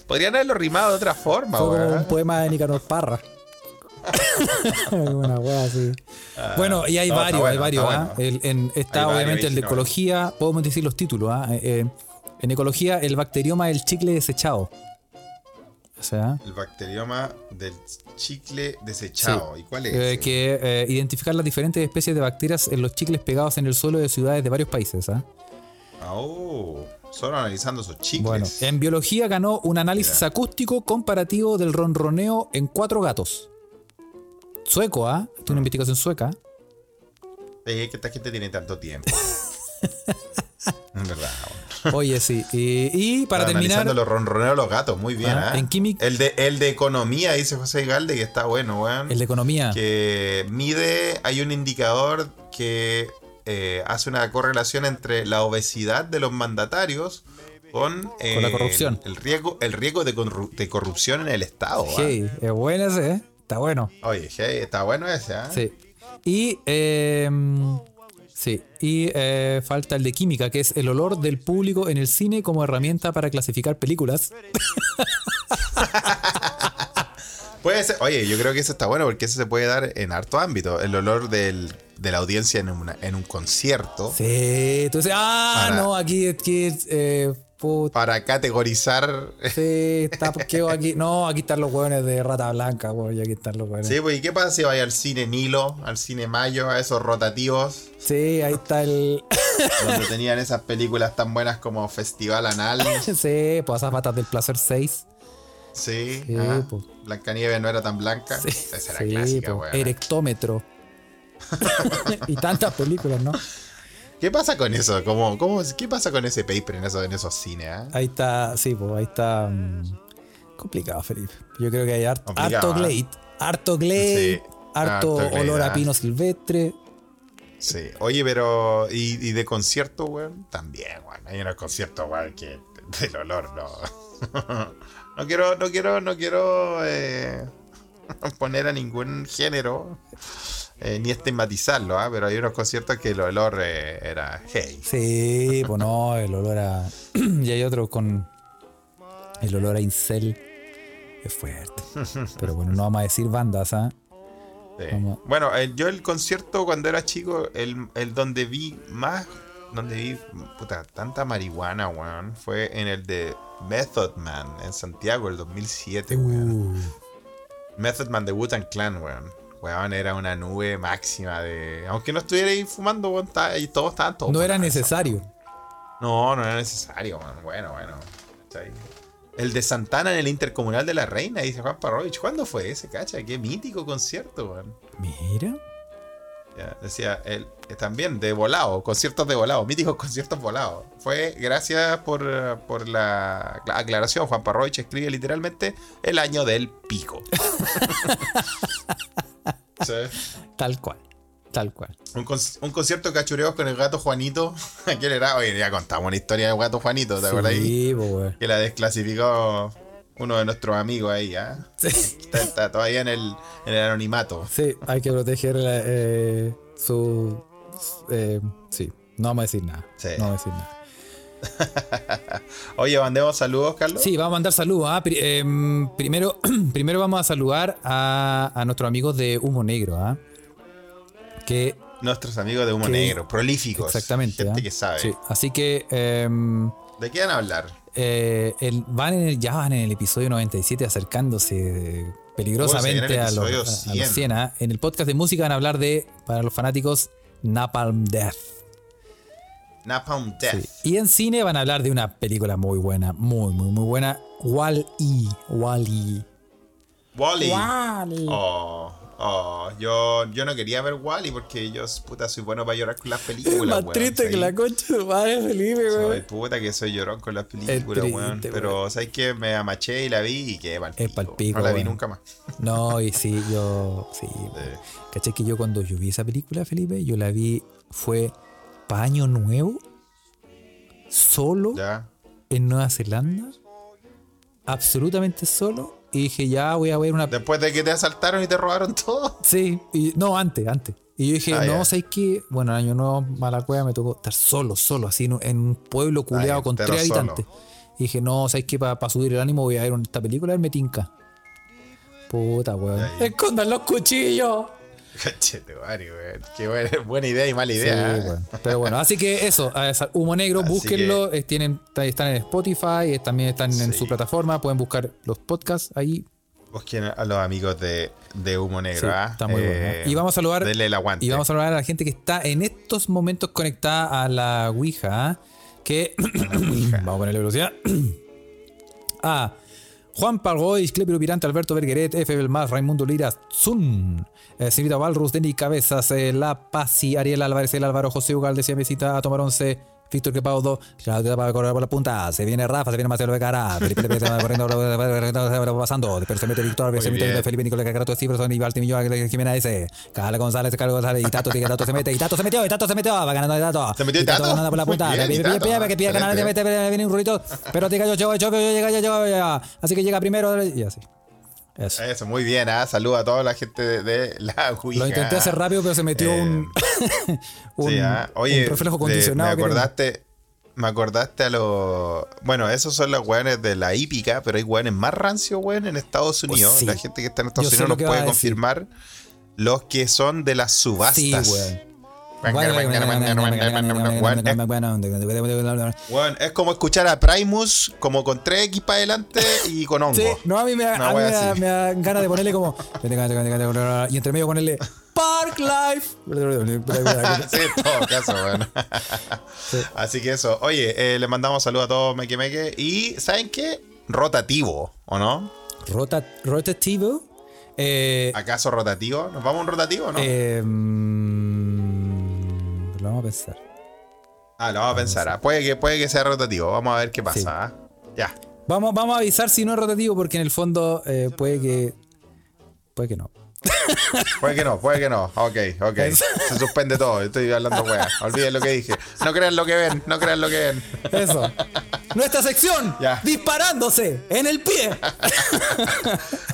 Podrían haberlo rimado de otra forma, Fue como weón. un poema de Nicanor Parra. Una wea así. bueno, y hay Ah, no, está varios, hay bueno, varios. está ¿ah? bueno. El- en- está Hay varios, obviamente el de original. ecología, podemos decir los títulos. ¿ah? Eh, eh, en ecología, el bacterioma del chicle desechado. O sea, El bacterioma del chicle desechado. ¿Y cuál es? eh, que eh, identificar las diferentes especies de bacterias en los chicles pegados en el suelo de ciudades de varios países. ¿ah? Oh, solo analizando esos chicles. Bueno, en biología ganó un análisis Mira. acústico comparativo del ronroneo en cuatro gatos. Sueco, ¿ah? Esto es una investigación sueca. Eh, que esta gente tiene tanto tiempo. En verdad. bueno. Oye, sí. Y, y para Están terminar, Analizando los ronroneos de los gatos, muy bien. Ah, ¿ah? en química- El de, el de economía, dice José Galde, que está bueno, weón. el de economía. Que mide, hay un indicador que eh, hace una correlación entre la obesidad de los mandatarios con, eh, la corrupción. El, riesgo, el riesgo de, corru- de corrupción en el Estado. ah. Hey, es bueno ese, ¿eh? Está bueno. Oye, hey, está bueno ese, ¿ah? Sí. Y, em, sí. Y eh, falta el de química, que es el olor del público en el cine como herramienta para clasificar películas. Puede ser- oye, yo creo que eso está bueno porque eso se puede dar en harto ámbito. El olor del- de la audiencia en, una- en un concierto Sí. Entonces, ah, Para- no, aquí, aquí, eh, puta. para categorizar. Sí, está quedó aquí. No, aquí están los hueones de rata blanca, güey. Aquí están los hueones. Sí, pues, ¿y qué pasa si vais al cine Nilo, al cine Mayo, a esos rotativos Sí, ahí está el. donde tenían esas películas tan buenas como Festival Anal? Sí, pues esas patas del placer 6. Sí, Sí, ajá. po. Blancanieves no era tan blanca. Sí, Esa era sí, clásica, po, weón. Erectómetro. y tantas películas, ¿no? ¿Qué pasa con eso? ¿Cómo, cómo, ¿Qué pasa con ese paper en, eso, en esos cines? ah? Ahí está, sí, pues ahí está. mm, complicado, Felipe. Yo creo que hay harto, Complicado, harto ¿eh? glade. Harto glade. Sí, harto, harto glade, olor a ah. pino silvestre. Sí, oye, pero. ¿Y, y de concierto, weón? También, weón. Hay unos conciertos, weón, que del olor, no. No quiero, no quiero, no quiero eh, poner a ningún género eh, ni estigmatizarlo, ¿ah? pero hay unos conciertos que el olor eh, era hey. Sí, pues no, el olor a. y hay otro con. El olor a Incel. Es fuerte. Pero bueno, no vamos a decir bandas, ¿ah? Sí. Como- Bueno, el- yo el concierto cuando era chico, el, el donde vi más, donde vi puta, tanta marihuana, weón, fue en el de Method Man en Santiago el 2007, weón. Uh, Method Man de Wu-Tang Clan, weón. Weón, era una nube máxima de. Aunque no estuviera ahí fumando, weón, ta- y todos estaban todos. no era fumados, necesario. no, no era necesario, man. Bueno, bueno. ¿Cachai? El de Santana en el Intercomunal de la Reina, dice Juan Parrovich. ¿Cuándo fue ese, cacha? Qué mítico concierto, weón. Mira. Ya, decía él eh, también de volado, conciertos de volado, míticos conciertos volados. Fue gracias por, eh, por la acla- aclaración. Juan Parroich escribe literalmente el año del pico. Sí. Tal cual. Tal cual. Un, conci- un concierto de cachureos con el gato Juanito. ¿Quién era? Oye, ya contamos una historia del gato Juanito, ¿te acuerdas? ahí? Sí, pues, güey. Que la desclasificó uno de nuestros amigos ahí, ¿ah? Sí, Está, está todavía en el, en el anonimato. sí, hay que proteger la, eh, su. eh, sí, no vamos a decir nada. Sí. No vamos a decir nada. Oye, mandemos saludos, Carlos. Sí, vamos a mandar saludos. ah, pri- em, primero, primero vamos a saludar a, a nuestros amigos de Humo Negro. ah, Que Nuestros amigos de Humo Que- Negro, prolíficos. exactamente. Gente ah. que sabe. Sí, así que em, ¿De qué van a hablar? eh, el- van en el- ya van en el episodio 97 acercándose eh, Oh, se peligrosamente viene a el los, episodio a- a los 100. 100, ah. En el podcast de música van a hablar de, para los fanáticos, Napalm Death. Napalm Death. Sí. Y en cine van a hablar de una película muy buena, muy, muy, muy buena. Wall-E. Wall-E. Wally. Oh, oh, yo, yo no quería ver Wally porque yo, puta, soy bueno para llorar con las películas. weón, ¿sabes? concha de madre, Felipe, Soy puta que soy llorón con las películas, triste, weón. weón. Pero, ¿sabes qué? Me amaché y la vi y quedé pal Es pal pico, No la vi weón. nunca más. No, y sí, yo. Sí. Eh, ¿Caché que yo cuando yo vi esa película, Felipe? Yo la vi, fue pa' Año Nuevo, solo ya. en Nueva Zelanda, absolutamente solo. Y dije, ya voy a ver una Después de que te asaltaron y te robaron todo. Sí, y, no, antes, antes. Y yo dije, Ah, no, ya. ¿sabes qué? Bueno, el año nuevo, Malacuea, me tocó estar solo, solo, así en un, en un pueblo culeado Ah, ya, con entero tres solo. habitantes. Y dije, no, ¿sabes qué? Para subir el ánimo voy a ver una- esta película, a ver, me tinca. Puta, weón. Ya, ya. ¡Escondan los cuchillos! Cachete, Mario, weón. Qué buena, buena idea y mala Sí, idea. ¿eh? weón. Pero bueno, así que eso, a esa- Humo Negro, Así búsquenlo. eh, tienen, están en Spotify, eh, también están en Sí. su plataforma, pueden buscar los podcasts ahí. Busquen a los amigos de, de Humo Negro, Sí, ¿ah? está muy bueno. Eh, Y vamos a saludar- Denle el aguante. Y vamos a hablar a la gente que está en estos momentos conectada a la Ouija. ¿ah? Que. vamos a ponerle velocidad. a Juan Pargoy, Clepiro Pirante, Alberto Bergueret, F. Belmás, Raimundo Liras, Zun, eh, Silvita Balrus, Denis Cabezas, eh, La Pasi, Ariel Álvarez, El Álvaro, José Ugalde, Siamesita, A Tomar Once, Víctor Crepaudo, Claudia para correr por la punta, se viene Rafa, se viene Marcelo Becara, Felipe López, se va corriendo, se va pasando, pero se mete Víctor, se Muy bien. mete Felipe Nicolás Cacarato, Ciberson, Iván Timillo, Jimena S, Carla González, Carla González, y Tato, y Tato se mete, y Tato se metió, y Tato se metió, va ganando Tato, Se metió y Tato Tato. ganando por la Muy punta, bien, pide, y pide, Tato. pide, que pide ganar, Excelente. te- te- te- viene un rurito, pero te cayó, yo, yo, yo, llega, ya, llega, ya. Así que llega primero y así. Eso. Eso, muy bien, ¿ah? Saluda a toda la gente de, de la Ouija. Lo intenté hacer rápido, pero se metió Eh, un, un, Sí, ¿ah? un Oye, reflejo de- condicionado. que me acordaste, me acordaste a los. Bueno, esos son los weones de la hípica, pero hay weones más rancios, weón, en Estados Pues Unidos. sí. La gente que está Yo en Estados sé Unidos lo nos que vas puede a decir. confirmar. Los que son de las tengo. subastas. Sí, weón. Weón, es- weón, es como escuchar a Primus como con 3X para adelante y con hongo. Sí, no, a mí me, da- a Una mí wea me da- así. me da ganas de ponerle como. Y entre medio ponerle Park Life. sí, en todo caso, bueno. Así que eso. Oye, eh, le mandamos saludos a todos, Meque Meque. Y, ¿saben qué? Rotativo, ¿o no? Rota- rotativo. Eh, ¿Acaso rotativo? ¿Nos vamos a un rotativo o no? eh, mm, lo vamos a pensar. ah, lo vamos a pensar. ah. Puede, que, puede que sea rotativo. Vamos a ver qué pasa. ah. Ya. Vamos, vamos a avisar si no es rotativo, porque en el fondo eh, puede que. Puede que no. Puede que no, puede que no. Ok, ok. Se suspende todo. Estoy hablando weá. Olviden lo que dije. No crean lo que ven, no crean lo que ven. Eso. Nuestra sección Ya. disparándose en el pie.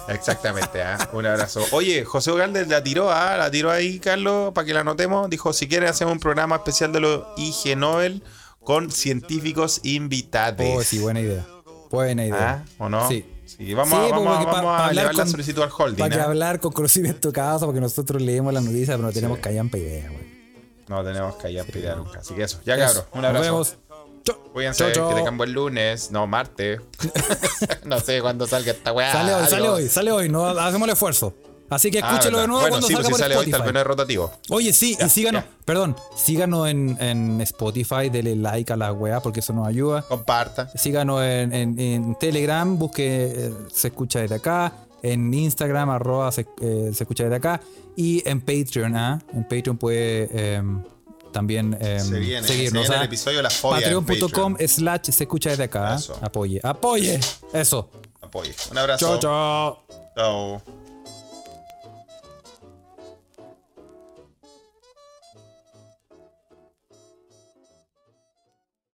Exactamente, ah. un abrazo. Oye, José Ugalde la tiró, ah, la tiró ahí, Carlos, para que la anotemos. Dijo, si quieren hacemos un programa especial de los IG Nobel con científicos invitados. Oh, sí, buena idea. Buena Ah, idea. ¿O no? Sí. Sí, vamos, a- vamos, a- vamos a llevar la solicitud al holding. Para que ah. hablar con conocimiento de causa, porque nosotros leemos la noticia, pero no tenemos callampa idea, güey. No tenemos que ir a pedir nunca. Así que eso. Ya, Eso. cabrón. Un abrazo. Nos vemos. Chau. Cuídense, Chau, chau. que tengan buen lunes. No, martes. no sé cuándo salga esta weá. Sale hoy, sale Ah, Adiós. hoy, sale hoy. No, hacemos el esfuerzo. Así que Ah, escúchelo verdad. de nuevo bueno, cuando sí, salga pues, por si sale hoy, Spotify. tal vez no es rotativo. Oye, sí, y síganos, ya. perdón, síganos en, en Spotify, denle like a la weá porque eso nos ayuda. Comparta. Síganos en, en- en Telegram, busque eh, Se Escucha Desde Acá, en Instagram, arroba Se, eh, Se Escucha Desde Acá, y en Patreon, ¿ah? En Patreon puede em, también em, Se viene, se seguirnos. viene el ¿ah? episodio de la fobia en Patreon.com slash Se Escucha Desde Acá. ¿ah? Eso. Apoye, apoye. Eso. Apoye. Un abrazo. Chao, chao. Chao.